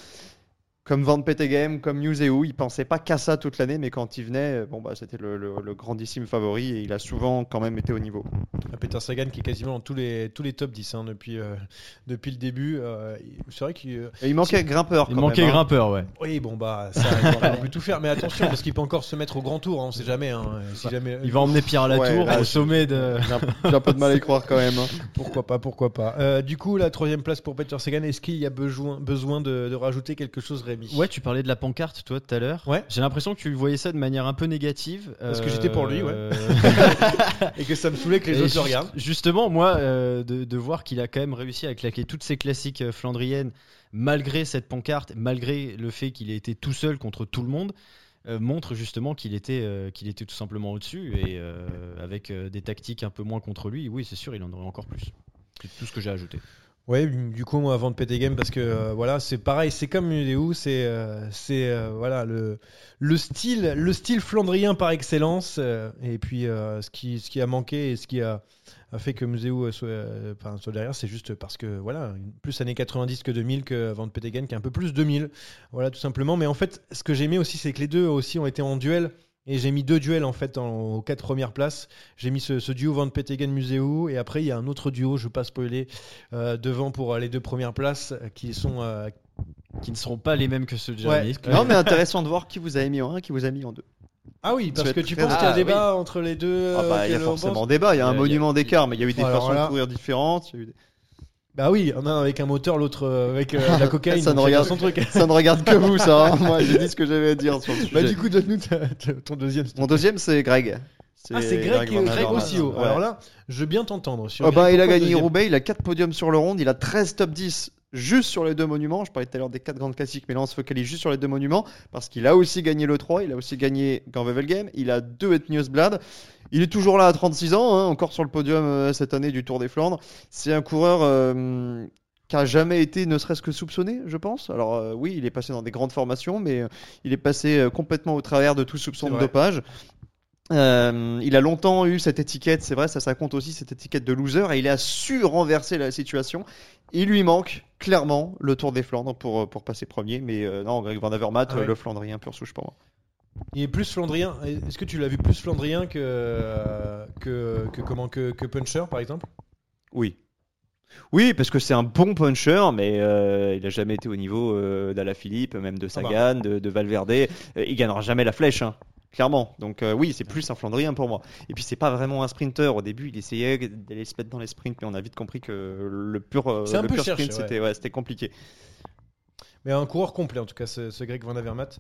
Speaker 3: comme Van Peteghem, comme Newseu. Il pensait pas qu'à ça toute l'année, mais quand il venait, euh, bon bah c'était le, le- le grandissime favori et il a souvent quand même été au niveau.
Speaker 2: Ah, Peter Sagan qui est quasiment dans tous les tous les top 10 hein, depuis euh, depuis le début. euh, c'est vrai qu'il euh,
Speaker 3: Et il manquait grimpeur.
Speaker 4: Il
Speaker 3: quand
Speaker 4: manquait
Speaker 3: même, hein.
Speaker 4: grimpeur, ouais.
Speaker 2: oui bon bah ça il va pas non plus tout faire. Mais attention parce qu'il peut encore se mettre au grand tour. hein, on sait jamais. hein,
Speaker 3: Bah,
Speaker 2: si jamais
Speaker 4: Il va emmener Pierre à la
Speaker 3: Ouais,
Speaker 4: tour
Speaker 3: là, je-
Speaker 4: au sommet de.
Speaker 3: J'ai un- J'ai un peu de mal à y croire quand même. hein.
Speaker 2: Pourquoi pas, pourquoi pas. Euh, du coup, la troisième place pour Peter Sagan, est-ce qu'il y a besoin, besoin de, de rajouter quelque chose, Rémi
Speaker 4: Ouais, tu parlais de la pancarte, toi, tout à l'heure.
Speaker 2: Ouais.
Speaker 4: J'ai l'impression que tu voyais ça de manière un peu négative. Euh,
Speaker 2: Parce que j'étais pour lui, ouais. Et que ça me saoulait que les
Speaker 4: Et
Speaker 2: autres
Speaker 4: juste-
Speaker 2: le regardent.
Speaker 4: Justement, moi, euh, de, de voir qu'il a quand même réussi à claquer toutes ses classiques euh, flandriennes, malgré cette pancarte, malgré le fait qu'il ait été tout seul contre tout le monde, euh, montre justement qu'il était, euh, qu'il était tout simplement au-dessus. Et euh, avec euh, des tactiques un peu moins contre lui, oui, c'est sûr, il en aurait encore plus. C'est tout ce que j'ai ajouté.
Speaker 2: Ouais, du coup, moi, avant de péter game, parce que euh, voilà, c'est pareil, c'est comme Udeu, c'est euh, c'est euh, voilà le le style, le style flandrien par excellence. euh, et puis, euh, ce qui ce qui a manqué et ce qui a, a fait que Museu soit, euh, enfin, soit derrière, c'est juste parce que voilà, une- plus années 90 que 2000 que avant de péter game, qui est un peu plus 2000. Voilà, tout simplement. Mais en fait, ce que j'aimais aussi, c'est que les deux aussi ont été en duel. Et j'ai mis deux duels en fait en- aux quatre premières places. J'ai mis ce, ce duo Van Petegen Museu et après il y a un autre duo, je ne veux pas spoiler, euh, devant pour euh, les deux premières places euh, qui sont euh,
Speaker 4: qui ne seront pas les mêmes que ceux de Jérémy.
Speaker 2: Ouais.
Speaker 3: Non, mais intéressant de voir qui vous avez mis en 1, qui vous a mis en 2.
Speaker 2: Ah oui, parce
Speaker 3: Ça
Speaker 2: que
Speaker 3: va
Speaker 2: tu
Speaker 3: être très
Speaker 2: penses qu'il y a
Speaker 3: rare.
Speaker 2: débat entre les deux
Speaker 3: Ah bah,
Speaker 2: euh,
Speaker 3: il y a
Speaker 2: quel on pense
Speaker 3: forcément débat, il y a un
Speaker 4: Il y a-
Speaker 3: monument d'écart, mais il y a eu des
Speaker 2: Alors
Speaker 3: façons
Speaker 2: là-
Speaker 3: de courir différentes. il y a eu des-
Speaker 2: Bah oui, un avec un moteur, l'autre euh, avec euh, de la cocaïne.
Speaker 3: Ça ne
Speaker 2: donc chacun
Speaker 3: regarde-
Speaker 2: son truc.
Speaker 3: Ça ne regarde que vous, ça. hein. Moi, j'ai dit ce que j'avais à dire sur le sujet.
Speaker 2: Bah du coup, donne-nous ta- ta- ton deuxième.
Speaker 3: Mon deuxième, c'est Greg.
Speaker 2: Ah, c'est Greg,
Speaker 3: Van
Speaker 2: Greg
Speaker 3: Avermaet.
Speaker 2: aussi haut.
Speaker 3: Ouais.
Speaker 2: Alors là, je veux bien t'entendre. sur
Speaker 3: Ah
Speaker 2: Greg,
Speaker 3: bah, il a
Speaker 2: pourquoi
Speaker 3: gagné
Speaker 2: deuxième
Speaker 3: Roubaix, il a 4 podiums sur le ronde, il a 13 top 10 juste sur les deux monuments. Je parlais tout à l'heure des 4 grandes classiques, mais là on se focalise juste sur les deux monuments parce qu'il a aussi gagné le 3, il a aussi gagné Game, il a 2 Etniosblad. Il est toujours là à 36 ans, hein, encore sur le podium euh, cette année du Tour des Flandres. C'est un coureur euh, qui a jamais été ne serait-ce que soupçonné, je pense. Alors euh, oui, il est passé dans des grandes formations, mais euh, il est passé euh, complètement au travers de tout soupçon
Speaker 2: C'est
Speaker 3: de
Speaker 2: vrai.
Speaker 3: dopage. Euh, il a longtemps eu cette étiquette, c'est vrai, ça, ça compte aussi, cette étiquette de loser, et il a su renverser la situation. Il lui manque clairement le Tour des Flandres pour, euh, pour passer premier, mais euh, non, Greg Van Avermaet,
Speaker 2: Ah ouais.
Speaker 3: euh, le Flandrien pur souche pour moi.
Speaker 2: Il est plus flandrien. Est-ce que tu l'as vu plus flandrien que euh, que, que comment que, que Puncher par exemple
Speaker 3: Oui. Oui, parce que c'est un bon puncher, mais euh, il n'a jamais été au niveau euh, d'Alaphilippe, même de
Speaker 2: Ah bah.
Speaker 3: Sagan, de, de Valverde. Euh, il gagnera jamais la flèche, hein, clairement. Donc euh, oui, c'est plus un Flandrien pour moi. Et puis c'est pas vraiment un sprinter. Au début, il essayait d'aller se mettre dans les sprints, mais on a vite compris que le pur, euh,
Speaker 2: C'est un
Speaker 3: le
Speaker 2: peu
Speaker 3: pur
Speaker 2: cherché,
Speaker 3: sprint,
Speaker 2: ouais.
Speaker 3: c'était ouais, c'était compliqué.
Speaker 2: Mais un coureur complet en tout cas, ce, ce Greg Van Avermaet.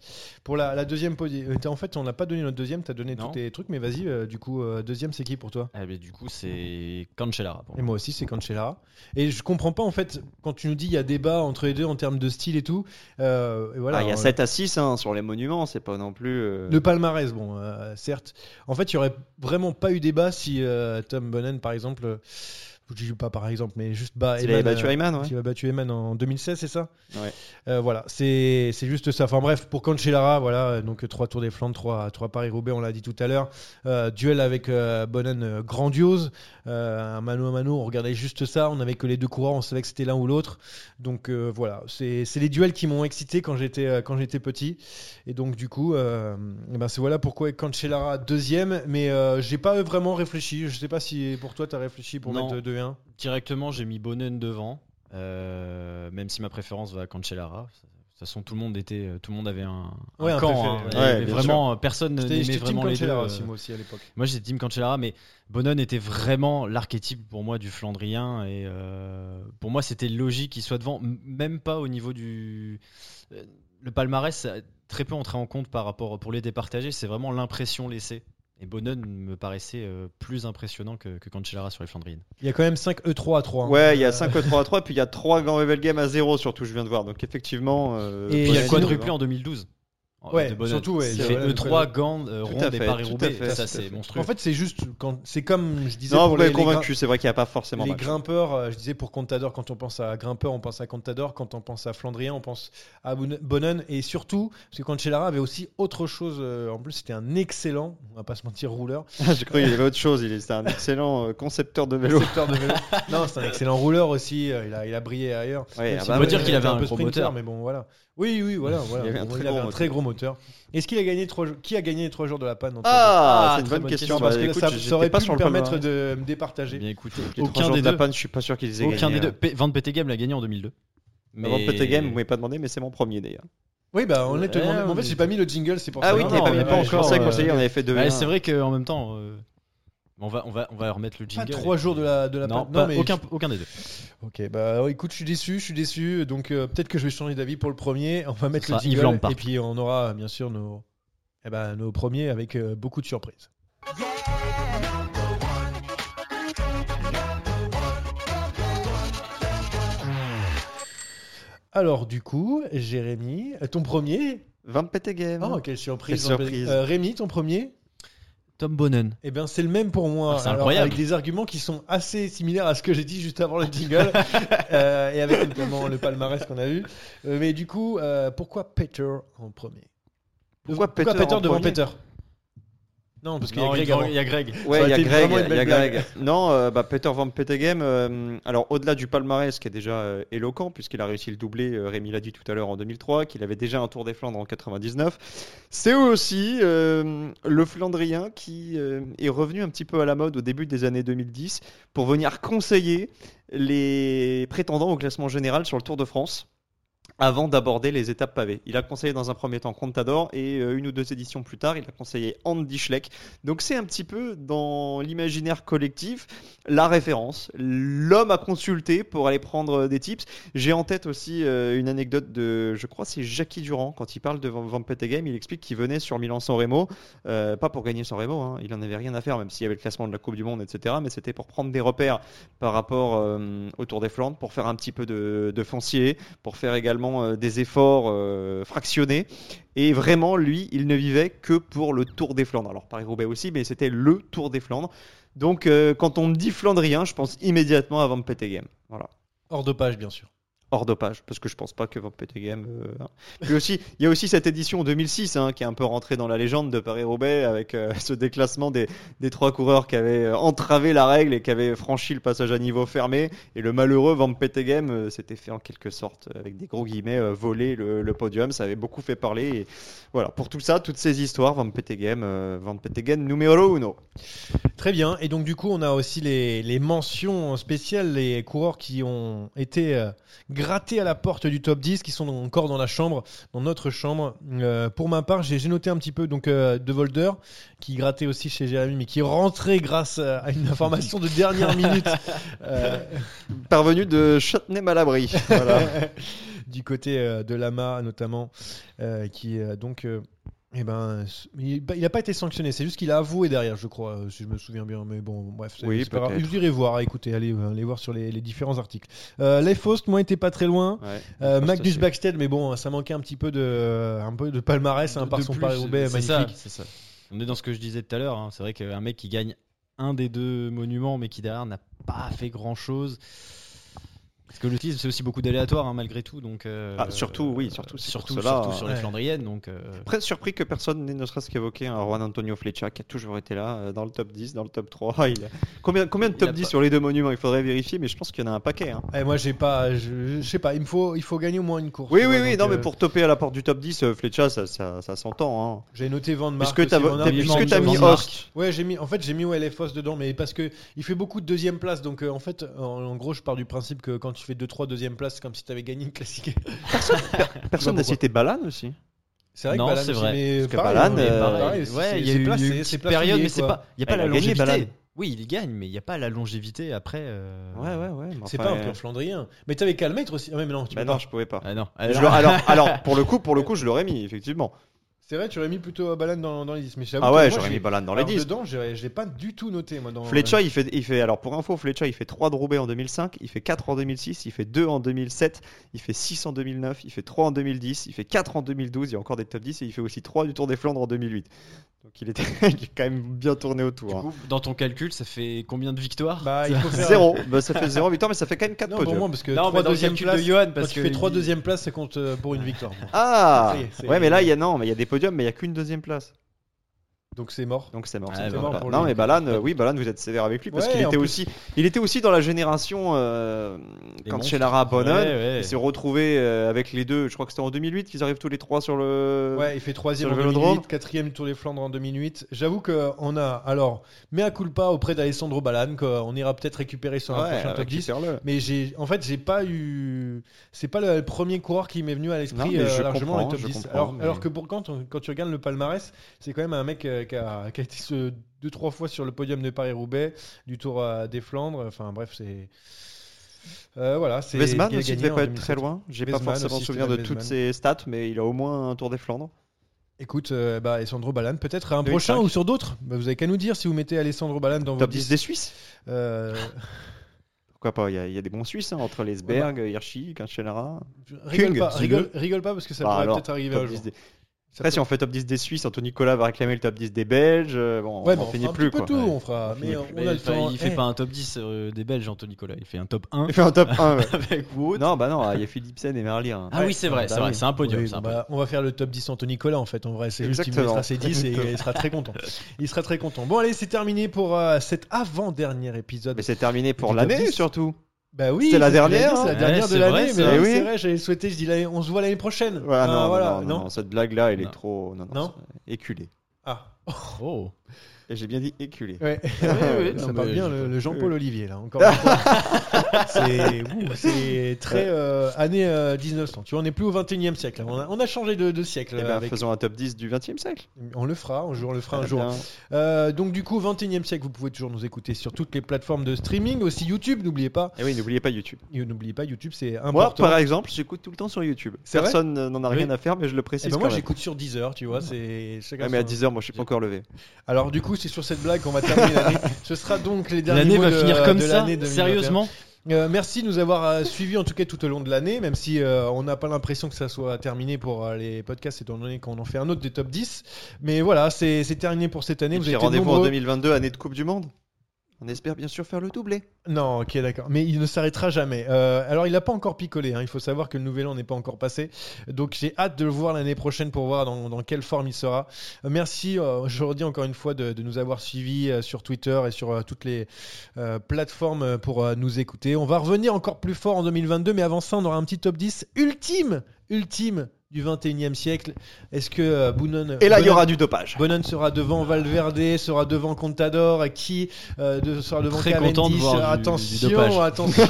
Speaker 2: Pour la, la deuxième position, en fait, on n'a pas donné notre deuxième. T'as donné
Speaker 4: Non.
Speaker 2: tous tes trucs, mais vas-y. euh, du coup, euh, deuxième, c'est qui pour toi
Speaker 4: Ah, mais du coup, c'est Cancellara. pour
Speaker 2: Et
Speaker 4: moi.
Speaker 2: moi aussi, c'est Cancellara. Et je comprends pas en fait quand tu nous dis il y a débat entre les deux en termes de style et tout. euh, et voilà.
Speaker 3: Ah, il y a
Speaker 2: on-
Speaker 3: 7 à 6 hein, sur les monuments, c'est pas non plus. euh,
Speaker 2: Le palmarès, bon, euh, certes. En fait, il n'y aurait vraiment pas eu débat si euh, Tom Bonnen, par exemple, euh, je dis pas par exemple, mais juste bat
Speaker 3: Il avait
Speaker 2: Eman,
Speaker 3: battu
Speaker 2: euh,
Speaker 3: Ayman, ouais.
Speaker 2: qui a battu Eman en 2016, c'est ça
Speaker 3: Ouais.
Speaker 2: Euh, voilà, c'est c'est juste ça. Enfin bref, pour Cancellara, voilà, euh, donc 3 Tours des Flandres, 3, Paris-Roubaix, on l'a dit tout à l'heure. Euh, duel avec euh, Bonnen euh, grandiose. Euh, un mano à mano, on regardait juste ça. On n'avait que les deux coureurs, on savait que c'était l'un ou l'autre. Donc euh, voilà, c'est c'est les duels qui m'ont excité quand j'étais euh, quand j'étais petit. Et donc du coup, euh, eh ben, c'est voilà pourquoi Cancellara deuxième. Mais euh, j'ai pas vraiment réfléchi. Je sais pas si pour toi t'as réfléchi pour
Speaker 4: Non.
Speaker 2: mettre 2-1.
Speaker 4: Directement, j'ai mis Bonnen devant, euh, même si ma préférence va à Cancellara. De toute façon, tout le monde était, euh, tout le monde avait un, un
Speaker 2: Ouais, un
Speaker 4: camp.
Speaker 2: préféré,
Speaker 4: hein.
Speaker 3: ouais.
Speaker 4: Et
Speaker 3: Ouais, bien
Speaker 4: vraiment, personne
Speaker 2: J'étais
Speaker 4: n'aimait
Speaker 2: j'étais team
Speaker 4: vraiment les deux.
Speaker 2: Cancellara
Speaker 4: euh,
Speaker 2: aussi moi aussi à l'époque.
Speaker 4: Moi, j'étais Team Cancellara, mais Bonnen était vraiment l'archétype pour moi du Flandrien. Et euh, pour moi, c'était logique qu'il soit devant, m- même pas au niveau du. euh, Le palmarès, ça a très peu entré en compte par rapport. Pour les départager, c'est vraiment l'impression laissée. Et Bonnen me paraissait euh, plus impressionnant que, que Cancellara sur les Flandriennes.
Speaker 2: Il y a quand même 5 E3 à hein. Euh, 3.
Speaker 3: Ouais, il y a 5 3 à 3, puis il y a 3 grands level games à 0 surtout, je viens de voir. Donc effectivement. euh,
Speaker 2: Et
Speaker 4: Et il y a
Speaker 2: sinon-
Speaker 4: quadruplé en 2012. euh,
Speaker 2: Ouais,
Speaker 4: de Bonnen.
Speaker 2: surtout, ouais,
Speaker 4: il
Speaker 2: c'est
Speaker 4: fait
Speaker 2: vrai,
Speaker 4: E3, Gand, euh,
Speaker 3: Tout à
Speaker 4: Ronde
Speaker 3: fait,
Speaker 4: et
Speaker 3: tout à fait,
Speaker 4: Paris-Roubaix.
Speaker 3: tout à
Speaker 4: Ça, c'est
Speaker 3: fait.
Speaker 4: monstrueux.
Speaker 2: En fait, c'est juste quand c'est comme je disais
Speaker 3: Non, vous
Speaker 2: pour les,
Speaker 3: m'avez
Speaker 2: les gra-
Speaker 3: convaincu, c'est vrai qu'il n'y a pas forcément.
Speaker 2: les
Speaker 3: match.
Speaker 2: grimpeurs, euh, je disais pour Contador, quand on pense à grimpeur, on pense à Contador, quand on pense à Flandrien, on pense à Bonne- Bonnen, et surtout, parce que Cancellara avait aussi autre chose, euh, en plus c'était un excellent, on va pas se mentir, rouleur,
Speaker 3: J'ai cru qu'il y avait autre chose. Il est- C'était un excellent euh, concepteur de vélo.
Speaker 2: concepteur de vélo. non, c'est un excellent rouleur aussi, euh, il a, il a brillé ailleurs.
Speaker 3: Ouais,
Speaker 2: Même
Speaker 3: ah
Speaker 2: si
Speaker 3: bah,
Speaker 2: Bonnen
Speaker 4: on peut dire
Speaker 2: était
Speaker 4: qu'il avait un
Speaker 2: peu
Speaker 4: gros
Speaker 2: sprinter,
Speaker 4: moteur.
Speaker 2: Mais bon, voilà. Oui, oui, voilà. voilà.
Speaker 3: Il avait un
Speaker 2: Bon,
Speaker 3: très
Speaker 2: il avait
Speaker 3: gros
Speaker 2: un
Speaker 3: moteur.
Speaker 2: très gros moteur. Est-ce qu'il a gagné trois jours- Qui a gagné les trois jours de la panne dans ce jeu
Speaker 3: Ah,
Speaker 4: Ah,
Speaker 3: c'est une
Speaker 4: très
Speaker 3: bonne
Speaker 4: bonne
Speaker 3: question.
Speaker 4: question,
Speaker 2: Non, parce
Speaker 3: Bah,
Speaker 2: que
Speaker 3: écoute,
Speaker 2: ça,
Speaker 3: j'étais
Speaker 2: ça aurait
Speaker 3: pas
Speaker 2: pu
Speaker 3: sur
Speaker 2: me
Speaker 3: le hein. palmarès.
Speaker 2: permettre de me départager.
Speaker 4: Bien écoutez,
Speaker 3: Les trois
Speaker 4: aucun
Speaker 3: jours
Speaker 4: des
Speaker 3: de la
Speaker 4: deux.
Speaker 3: panne, je suis pas sûr qu'ils aient
Speaker 4: Aucun
Speaker 2: hein.
Speaker 3: gagné. hein.
Speaker 4: des deux. Pe- Van Peteghem l'a gagné en 2002. Mais...
Speaker 3: Avant Petit Game, vous m'avez pas demandé, mais c'est mon premier d'ailleurs.
Speaker 2: Oui, bah on est te
Speaker 4: Ouais,
Speaker 3: Eh,
Speaker 2: demandé- En fait,
Speaker 4: mais-
Speaker 2: j'ai pas mis le jingle, c'est pour
Speaker 3: Ah
Speaker 2: ça.
Speaker 3: oui,
Speaker 4: non,
Speaker 3: t'avais pas
Speaker 4: on
Speaker 3: mis
Speaker 4: est
Speaker 3: pas
Speaker 4: pas
Speaker 3: encore.
Speaker 4: encore,
Speaker 3: C'est
Speaker 4: euh,
Speaker 3: conseiller, on avait fait 2
Speaker 4: Ouais, c'est vrai qu'en même temps, euh, on, va, on, va, on va remettre le
Speaker 2: Pas
Speaker 4: jingle.
Speaker 2: trois jours de la, de la
Speaker 4: non,
Speaker 2: panne.
Speaker 4: pas-
Speaker 2: mais
Speaker 4: aucun, aucun des deux.
Speaker 2: Ok, bah ouais, écoute, je suis déçu, je suis déçu. Donc euh, peut-être que je vais changer d'avis pour le premier. On va mettre le
Speaker 4: sera Yves
Speaker 2: jingle
Speaker 4: Lampard.
Speaker 2: et puis on aura bien sûr nos, eh ben, nos premiers avec euh, beaucoup de surprises. Alors du coup, Jérémy, ton premier
Speaker 3: Van Petegem.
Speaker 4: Ah,
Speaker 2: Oh, quelle surprise,
Speaker 3: Mmh. Quelle surprise.
Speaker 2: Euh, Rémi, ton premier
Speaker 4: Tom Bonnen.
Speaker 2: Eh bien, c'est le même pour moi.
Speaker 4: Ah, c'est
Speaker 2: Alors,
Speaker 4: incroyable.
Speaker 2: avec des arguments qui sont assez similaires à ce que j'ai dit juste avant le jingle euh, et avec notamment le palmarès qu'on a eu. Euh, mais du coup, euh, pourquoi Peter en premier
Speaker 3: Pourquoi
Speaker 2: Peter,
Speaker 3: Peter en
Speaker 2: devant
Speaker 3: premier
Speaker 2: Peter Non, parce qu'il y a
Speaker 4: Non,
Speaker 2: Greg
Speaker 4: il y a-
Speaker 2: avant.
Speaker 4: il y a Greg.
Speaker 2: Ça
Speaker 3: Ouais,
Speaker 2: aurait
Speaker 3: il y a
Speaker 2: été
Speaker 3: Greg.
Speaker 2: vraiment une
Speaker 3: il y a
Speaker 2: belle blague.
Speaker 3: Greg. Non, euh, bah, Peter Van Peteghem, euh, alors au-delà du palmarès qui est déjà euh, éloquent, puisqu'il a réussi le doublé, euh, Rémi l'a dit tout à l'heure, en 2003, qu'il avait déjà un Tour des Flandres en 99, c'est aussi euh, le Flandrien qui euh, est revenu un petit peu à la mode au début des années 2010 pour venir conseiller les prétendants au classement général sur le Tour de France avant d'aborder les étapes pavées. Il a conseillé dans un premier temps Contador et euh, une ou deux éditions plus tard, il a conseillé Andy Schleck. Donc c'est un petit peu dans l'imaginaire collectif la référence, l'homme à consulter pour aller prendre euh, des tips. J'ai en tête aussi euh, une anecdote de, je crois c'est Jackie Durand, quand il parle de Van Van Peteghem, il explique qu'il venait sur Milan-San Remo, euh, pas pour gagner San Remo, hein, il en avait rien à faire, même s'il y avait le classement de la Coupe du Monde, etc. Mais c'était pour prendre des repères par rapport euh, au Tour des Flandres, pour faire un petit peu de, de foncier, pour faire également euh, des efforts euh, fractionnés. Et vraiment, lui, il ne vivait que pour le Tour des Flandres. Alors Paris-Roubaix aussi, mais c'était le Tour des Flandres. Donc euh, quand on me dit Flandrien, je pense immédiatement à Van Peteghem. Voilà.
Speaker 2: Hors dopage, bien sûr.
Speaker 3: Hors dopage, parce que je pense pas que Van Peteghem. euh, hein. Puis aussi, il y a aussi cette édition 2006 hein, qui est un peu rentrée dans la légende de Paris-Roubaix avec euh, ce déclassement des, des trois coureurs qui avaient euh, entravé la règle et qui avaient franchi le passage à niveau fermé. Et le malheureux Van Peteghem euh, s'était fait en quelque sorte, euh, avec des gros guillemets, euh, voler le, le podium. Ça avait beaucoup fait parler. Et voilà, pour tout ça, toutes ces histoires, Van Peteghem, euh, Van Peteghem numéro uno.
Speaker 2: Très bien. Et donc, du coup, on a aussi les, les mentions spéciales, les coureurs qui ont été euh, grattés à la porte du top 10, qui sont encore dans la chambre, dans notre chambre. Euh, pour ma part, j'ai j'ai noté un petit peu donc euh, De Volder, qui grattait aussi chez Jérémy, mais qui rentrait grâce euh, à une information de dernière minute euh,
Speaker 3: Parvenu de Châtenay-Malabry. Voilà.
Speaker 2: du côté euh, de Lama, notamment, euh, qui euh, donc. euh, eh ben, s- il n'a pas été sanctionné, c'est juste qu'il a avoué derrière, je crois, euh, si je me souviens bien. Mais bon, bref, c'est
Speaker 3: Oui,
Speaker 2: c'est pas grave.
Speaker 3: peut-être.
Speaker 2: Vous irez voir, écoutez, allez, euh, allez voir sur les, les différents articles. Euh, les Faust, moi, était pas très loin.
Speaker 3: Ouais.
Speaker 4: Ah,
Speaker 2: Euh,
Speaker 3: Faust
Speaker 2: Magnus
Speaker 3: aussi.
Speaker 2: Backstead, mais bon, ça manquait un petit peu de, un peu de palmarès, hein,
Speaker 4: De-
Speaker 2: par
Speaker 4: de
Speaker 2: son
Speaker 4: plus,
Speaker 2: Paris-Roubaix
Speaker 4: c'est
Speaker 2: magnifique.
Speaker 4: ça, c'est ça. On est dans ce que je disais tout à l'heure. hein. C'est vrai qu'un mec qui gagne un des deux monuments, mais qui derrière n'a pas fait grand chose. Parce que l'autisme, c'est aussi beaucoup d'aléatoire, hein, malgré tout. Donc, euh,
Speaker 3: Ah, surtout, oui, surtout, c'est
Speaker 4: surtout,
Speaker 3: pour cela, hein.
Speaker 4: surtout sur les
Speaker 2: ouais.
Speaker 4: Flandriennes. Donc, euh,
Speaker 3: Après, surpris que personne n'ait ne serait-ce qu'évoqué un Juan Antonio Flecha qui a toujours été là euh, dans le top 10, dans le top 3. Il a- Combien, combien de
Speaker 4: Il
Speaker 3: top
Speaker 4: a
Speaker 3: 10
Speaker 4: pas-
Speaker 3: sur les deux monuments Il faudrait vérifier, mais je pense qu'il y en a un paquet. hein.
Speaker 2: Eh, moi, j'ai pas, je, je sais pas, il me faut, il faut gagner au moins une course.
Speaker 3: Oui,
Speaker 2: tu
Speaker 3: oui,
Speaker 2: vois,
Speaker 3: oui,
Speaker 2: donc,
Speaker 3: non, mais
Speaker 2: euh,
Speaker 3: pour toper à la porte du top 10, euh, Flecha, ça, ça, ça s'entend. Hein.
Speaker 2: J'ai noté Van
Speaker 3: Est-ce
Speaker 2: Mark.
Speaker 3: que t'as
Speaker 2: aussi, Van Aert,
Speaker 3: t'as-
Speaker 2: il
Speaker 3: est-ce
Speaker 2: manque
Speaker 3: que t'as
Speaker 2: de
Speaker 3: mis
Speaker 2: Van Aert.
Speaker 3: Host
Speaker 2: Ouais, j'ai mis. En fait, j'ai mis OLFOS dedans, mais parce que il fait beaucoup de deuxième place. Donc, euh, en fait, en, en gros, je pars du principe que quand tu fais 2-3 deuxième place, c'est comme si tu avais gagné une classique.
Speaker 3: Personne n'a
Speaker 2: pourquoi.
Speaker 3: cité Balan aussi.
Speaker 2: C'est vrai
Speaker 4: Non,
Speaker 2: que Balan,
Speaker 4: c'est
Speaker 2: aussi,
Speaker 4: vrai.
Speaker 2: mais
Speaker 3: Parce que
Speaker 2: pareil,
Speaker 3: Balan,
Speaker 2: hein,
Speaker 3: euh,
Speaker 2: pareil,
Speaker 3: pareil,
Speaker 2: c'est-
Speaker 4: ouais, il
Speaker 2: c'est
Speaker 4: y a eu, il y a eu
Speaker 2: placé,
Speaker 4: une
Speaker 2: c'est
Speaker 4: petite
Speaker 2: placé,
Speaker 4: période, mais
Speaker 2: quoi.
Speaker 4: c'est pas, il y
Speaker 3: Ah,
Speaker 4: a pas
Speaker 3: il
Speaker 4: la
Speaker 3: a gagné,
Speaker 4: longévité.
Speaker 3: Balade.
Speaker 4: oui, il gagne, mais il n'y a pas la longévité après. euh,
Speaker 3: Ouais, ouais, ouais. mais
Speaker 2: C'est
Speaker 3: enfin,
Speaker 2: pas un
Speaker 3: euh,
Speaker 2: pur flandrien. Mais t'avais qu'à le mettre aussi. Ah, ouais, mais non, tu
Speaker 3: bah
Speaker 2: peux
Speaker 3: non,
Speaker 2: pas.
Speaker 3: je pouvais pas.
Speaker 4: Ah non.
Speaker 3: Je l'aurais- Alors, alors, pour le coup, pour le coup, je l'aurais mis, effectivement.
Speaker 2: C'est vrai, tu aurais mis plutôt euh, Balan dans, dans les 10. Mais j'avoue
Speaker 3: Ah
Speaker 2: que
Speaker 3: ouais,
Speaker 2: moi,
Speaker 3: j'aurais
Speaker 2: j'ai-
Speaker 3: mis Balan dans les
Speaker 2: alors,
Speaker 3: 10.
Speaker 2: Dedans, j'ai- je l'ai pas du tout noté, moi. Dans...
Speaker 3: Fletcher, il fait, il fait, alors pour info, Fletcher, il fait 3 de Roubaix en 2005, il fait 4 en 2006, il fait 2 en 2007, il fait 6 en 2009, il fait 3 en 2010, il fait 4 en 2012, il y a encore des top 10 et il fait aussi 3 du Tour des Flandres en 2008. Donc il, était, il est quand même bien tourné
Speaker 4: Du
Speaker 3: autour. hein.
Speaker 4: coup, dans ton calcul, ça fait combien de victoires
Speaker 2: Bah, il faut faire.
Speaker 3: Zéro, Bah, ça fait 0 victoire, mais ça fait quand même 4
Speaker 2: Non, pour
Speaker 3: podiums.
Speaker 2: moi, parce que
Speaker 4: Non, mais
Speaker 2: 3
Speaker 4: dans le
Speaker 2: deuxième
Speaker 4: calcul de
Speaker 2: place.
Speaker 4: Johan,
Speaker 2: Quand
Speaker 4: parce
Speaker 2: tu
Speaker 4: que
Speaker 2: fais 3
Speaker 4: il-
Speaker 2: deuxième place, ça compte euh, pour une victoire.
Speaker 3: Ah
Speaker 2: Ça y est, c'est-
Speaker 3: Ouais, mais là, il y a non, mais il y a des podiums, mais il y a qu'une deuxième place.
Speaker 2: Donc c'est mort.
Speaker 3: Donc c'est mort.
Speaker 4: Ah,
Speaker 3: ça me
Speaker 4: c'est
Speaker 3: fait
Speaker 4: mort
Speaker 3: mal.
Speaker 2: pour
Speaker 3: non
Speaker 2: lui.
Speaker 3: mais Balan, euh, oui Balan, vous êtes sévère avec lui parce
Speaker 2: Ouais,
Speaker 3: qu'il
Speaker 2: en
Speaker 3: était
Speaker 2: plus.
Speaker 3: aussi, il était aussi dans la génération euh,
Speaker 4: Des
Speaker 3: Cancellara Bonnen.
Speaker 4: Ouais, ouais.
Speaker 3: Il s'est retrouvé euh, avec les deux. Je crois que c'était en 2008 qu'ils arrivent tous les trois sur le.
Speaker 2: Ouais, il fait troisième
Speaker 3: sur
Speaker 2: en
Speaker 3: le Vélodrome.
Speaker 2: 2008, quatrième du Tour des Flandres en 2008. J'avoue qu'on a, alors, mea culpa auprès d'Alessandro Balan, qu'on ira peut-être récupérer sur un
Speaker 3: Ouais,
Speaker 2: prochain top 10.
Speaker 3: récupère-le.
Speaker 2: Mais j'ai, en fait, j'ai pas eu. C'est pas le premier coureur qui m'est venu à
Speaker 3: Non,
Speaker 2: l'esprit
Speaker 3: mais
Speaker 2: euh,
Speaker 3: je
Speaker 2: largement les
Speaker 3: comprends,
Speaker 2: top
Speaker 3: je
Speaker 2: 10.
Speaker 3: comprends,
Speaker 2: Alors,
Speaker 3: mais-
Speaker 2: alors que pour quand, on- quand tu regardes le palmarès, c'est quand même un mec euh, qui a, qui a été ce, deux trois fois sur le podium de Paris-Roubaix, du Tour euh, des Flandres. Enfin bref, c'est. Euh, voilà, c'est.
Speaker 3: Weizmann
Speaker 2: ce qu'il a
Speaker 3: aussi
Speaker 2: gagné
Speaker 3: devait
Speaker 2: en
Speaker 3: pas être
Speaker 2: 2007.
Speaker 3: très loin. J'ai pas
Speaker 2: Weizmann
Speaker 3: forcément
Speaker 2: aussi,
Speaker 3: souvenir de
Speaker 2: Stéphane
Speaker 3: toutes
Speaker 2: Weizmann.
Speaker 3: ses stats, mais il a au moins un Tour des Flandres.
Speaker 2: Écoute, euh, bah, Alessandro Balan, peut-être un
Speaker 3: 2005.
Speaker 2: prochain ou sur d'autres. Bah, vous avez qu'à nous dire si vous mettez Alessandro Balan dans vos
Speaker 3: Top 10
Speaker 2: 10.
Speaker 3: des Suisses.
Speaker 2: Euh,
Speaker 4: Ah,
Speaker 3: Pourquoi pas Il y, a- il y a des bons Suisses hein, entre Lesberg, Hirschi, Cancellara.
Speaker 2: bah. rigole,
Speaker 3: Kung,
Speaker 2: pas,
Speaker 3: dis-le.
Speaker 2: ah, rigole, rigole pas parce que ça
Speaker 3: Bah
Speaker 2: pourrait
Speaker 3: alors,
Speaker 2: peut-être arriver
Speaker 3: Top
Speaker 2: un
Speaker 3: 10
Speaker 2: jour.
Speaker 3: des- Après, si on fait top 10 des Suisses, Anthony Nicolas va réclamer le top 10 des Belges. euh, Bon,
Speaker 2: Ouais, mais
Speaker 3: on
Speaker 2: on
Speaker 3: en finit
Speaker 2: fera un
Speaker 3: plus.
Speaker 2: petit peu
Speaker 3: Quoi.
Speaker 2: tout,
Speaker 3: Ouais.
Speaker 2: on fera.
Speaker 3: finit
Speaker 2: Mais
Speaker 3: plus.
Speaker 2: on
Speaker 4: Mais
Speaker 2: a le
Speaker 4: enfin,
Speaker 2: temps.
Speaker 4: il fait
Speaker 2: Eh,
Speaker 4: pas un top 10 euh, des Belges, Anthony Nicolas. Il fait un top 1
Speaker 3: Il fait un top 1. ouais.
Speaker 4: avec Wood.
Speaker 3: non, bah non, il y a Philipsen et Merlier. hein.
Speaker 4: Ah oui, c'est vrai, c'est
Speaker 3: bah
Speaker 4: vrai,
Speaker 3: oui.
Speaker 4: c'est un podium.
Speaker 2: oui,
Speaker 4: c'est un
Speaker 2: bah, on va faire le top 10 Anthony Nicolas en fait. On va essayer de
Speaker 3: Exactement.
Speaker 2: sera ses 10 et il sera très content. Il sera très content. Bon allez, c'est terminé pour euh, cet avant-dernier épisode.
Speaker 3: Mais c'est terminé pour
Speaker 2: Du top
Speaker 3: l'année
Speaker 2: 10.
Speaker 3: surtout.
Speaker 2: Bah oui,
Speaker 3: C'était la
Speaker 2: c'est ce que
Speaker 3: dernière,
Speaker 2: j'allais dire, c'est la
Speaker 4: hein.
Speaker 2: dernière
Speaker 4: Ouais,
Speaker 2: de
Speaker 4: c'est vrai,
Speaker 2: l'année.
Speaker 4: c'est
Speaker 2: Mais
Speaker 3: vrai.
Speaker 2: oui,
Speaker 3: Eh
Speaker 2: c'est
Speaker 3: oui.
Speaker 2: vrai, j'avais souhaité, je dis l'année- on se voit l'année prochaine.
Speaker 3: Voilà,
Speaker 2: Ah,
Speaker 3: non, non,
Speaker 2: voilà,
Speaker 3: non, non, non, cette blague-là, elle
Speaker 4: Non.
Speaker 3: est trop. Non, non,
Speaker 2: Non
Speaker 3: c'est- éculée.
Speaker 2: Ah.
Speaker 4: podium. Oh.
Speaker 3: Et j'ai bien dit éculée.
Speaker 2: Ouais.
Speaker 4: oui,
Speaker 2: ça
Speaker 4: non,
Speaker 2: parle
Speaker 4: mais
Speaker 2: bien
Speaker 4: je-
Speaker 2: Euh, le, le Jean-Paul Olivier là. Encore. une fois. c'est ouh, c'est très euh, année euh, 1900. Tu vois, on n'est plus au 21e siècle. là. On a, on a changé de, de siècle.
Speaker 3: Eh
Speaker 2: euh,
Speaker 3: ben, Eh
Speaker 2: avec-
Speaker 3: faisons un top 10 du 20 e siècle.
Speaker 2: On le fera, un jour, on le fera un
Speaker 3: Très
Speaker 2: jour.
Speaker 3: bien.
Speaker 2: Euh, donc du coup, 21e siècle, vous pouvez toujours nous écouter sur toutes les plateformes de streaming, aussi YouTube, n'oubliez pas.
Speaker 3: Et Eh oui, n'oubliez pas YouTube.
Speaker 2: Et N'oubliez pas, YouTube, c'est
Speaker 3: Moi,
Speaker 2: important.
Speaker 3: par exemple, j'écoute tout le temps sur YouTube.
Speaker 2: C'est vrai
Speaker 3: Personne euh, n'en a
Speaker 4: Oui.
Speaker 3: rien à faire, mais je le
Speaker 2: Eh
Speaker 3: précise.
Speaker 2: ben
Speaker 3: quand
Speaker 2: moi,
Speaker 3: même.
Speaker 2: j'écoute sur 10 heures, tu vois, c'est chacun
Speaker 3: Ouais, mais à
Speaker 2: son-
Speaker 3: 10h, moi, je suis pas encore levé.
Speaker 2: Alors du coup, c'est sur cette blague qu'on va terminer l'année. Ce sera donc les derniers
Speaker 4: L'année
Speaker 2: mots
Speaker 4: va
Speaker 2: de- euh,
Speaker 4: finir comme
Speaker 2: de
Speaker 4: ça,
Speaker 2: l'année 2021.
Speaker 4: sérieusement
Speaker 2: Euh, merci de nous avoir euh, suivis en tout cas tout au long de l'année, même si euh, on n'a pas l'impression que ça soit terminé pour euh, les podcasts, étant donné qu'on en fait un autre des top 10. Mais voilà, c'est c'est terminé pour cette année.
Speaker 3: Et
Speaker 2: vous
Speaker 3: puis,
Speaker 2: avez été
Speaker 3: rendez-vous en
Speaker 2: nombreux.
Speaker 3: 2022, année de Coupe du Monde. On espère bien sûr faire le doublé.
Speaker 2: Non, ok, d'accord. Mais il ne s'arrêtera jamais. Euh, alors, il n'a pas encore picolé. hein. Il faut savoir que le nouvel an n'est pas encore passé. Donc, j'ai hâte de le voir l'année prochaine pour voir dans, dans quelle forme il sera. Euh, merci, euh, je le redis encore une fois, de, de nous avoir suivis euh, sur Twitter et sur euh, toutes les euh, plateformes euh, pour euh, nous écouter. On va revenir encore plus fort en 2022. Mais avant ça, on aura un petit top 10 ultime, ultime du 21e siècle. Est-ce que euh, Boonen.
Speaker 3: Et là, il y
Speaker 2: Boonen-
Speaker 3: aura du dopage.
Speaker 2: Bonan sera devant Valverde, sera devant Contador, et qui euh, de- sera devant
Speaker 4: Très
Speaker 2: Cavendish.
Speaker 4: content de voir du- du
Speaker 2: attention,
Speaker 4: dopage.
Speaker 2: attention.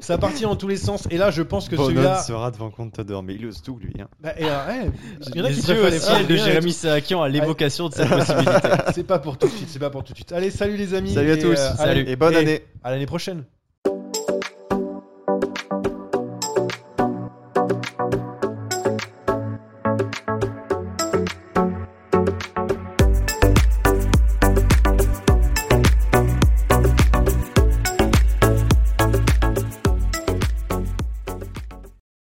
Speaker 2: ça partit en tous les sens. Et là, je pense que
Speaker 3: Bonon
Speaker 2: celui-là.
Speaker 3: sera devant Contador, mais il ose tout, lui. hein.
Speaker 2: Bah, et, alors, hey, il y en a
Speaker 4: Les
Speaker 2: qui
Speaker 4: yeux
Speaker 2: préfèrent
Speaker 4: au
Speaker 2: les
Speaker 4: ciel de
Speaker 2: Parisiens et
Speaker 4: Jérémy Saakian à l'évocation de cette possibilité.
Speaker 2: tout. C'est pas pour tout de suite. C'est pas pour tout de suite. Allez, salut les amis.
Speaker 3: Salut à
Speaker 2: et,
Speaker 3: tous.
Speaker 2: euh, allez,
Speaker 3: Et bonne
Speaker 2: et
Speaker 3: année.
Speaker 2: À l'année prochaine.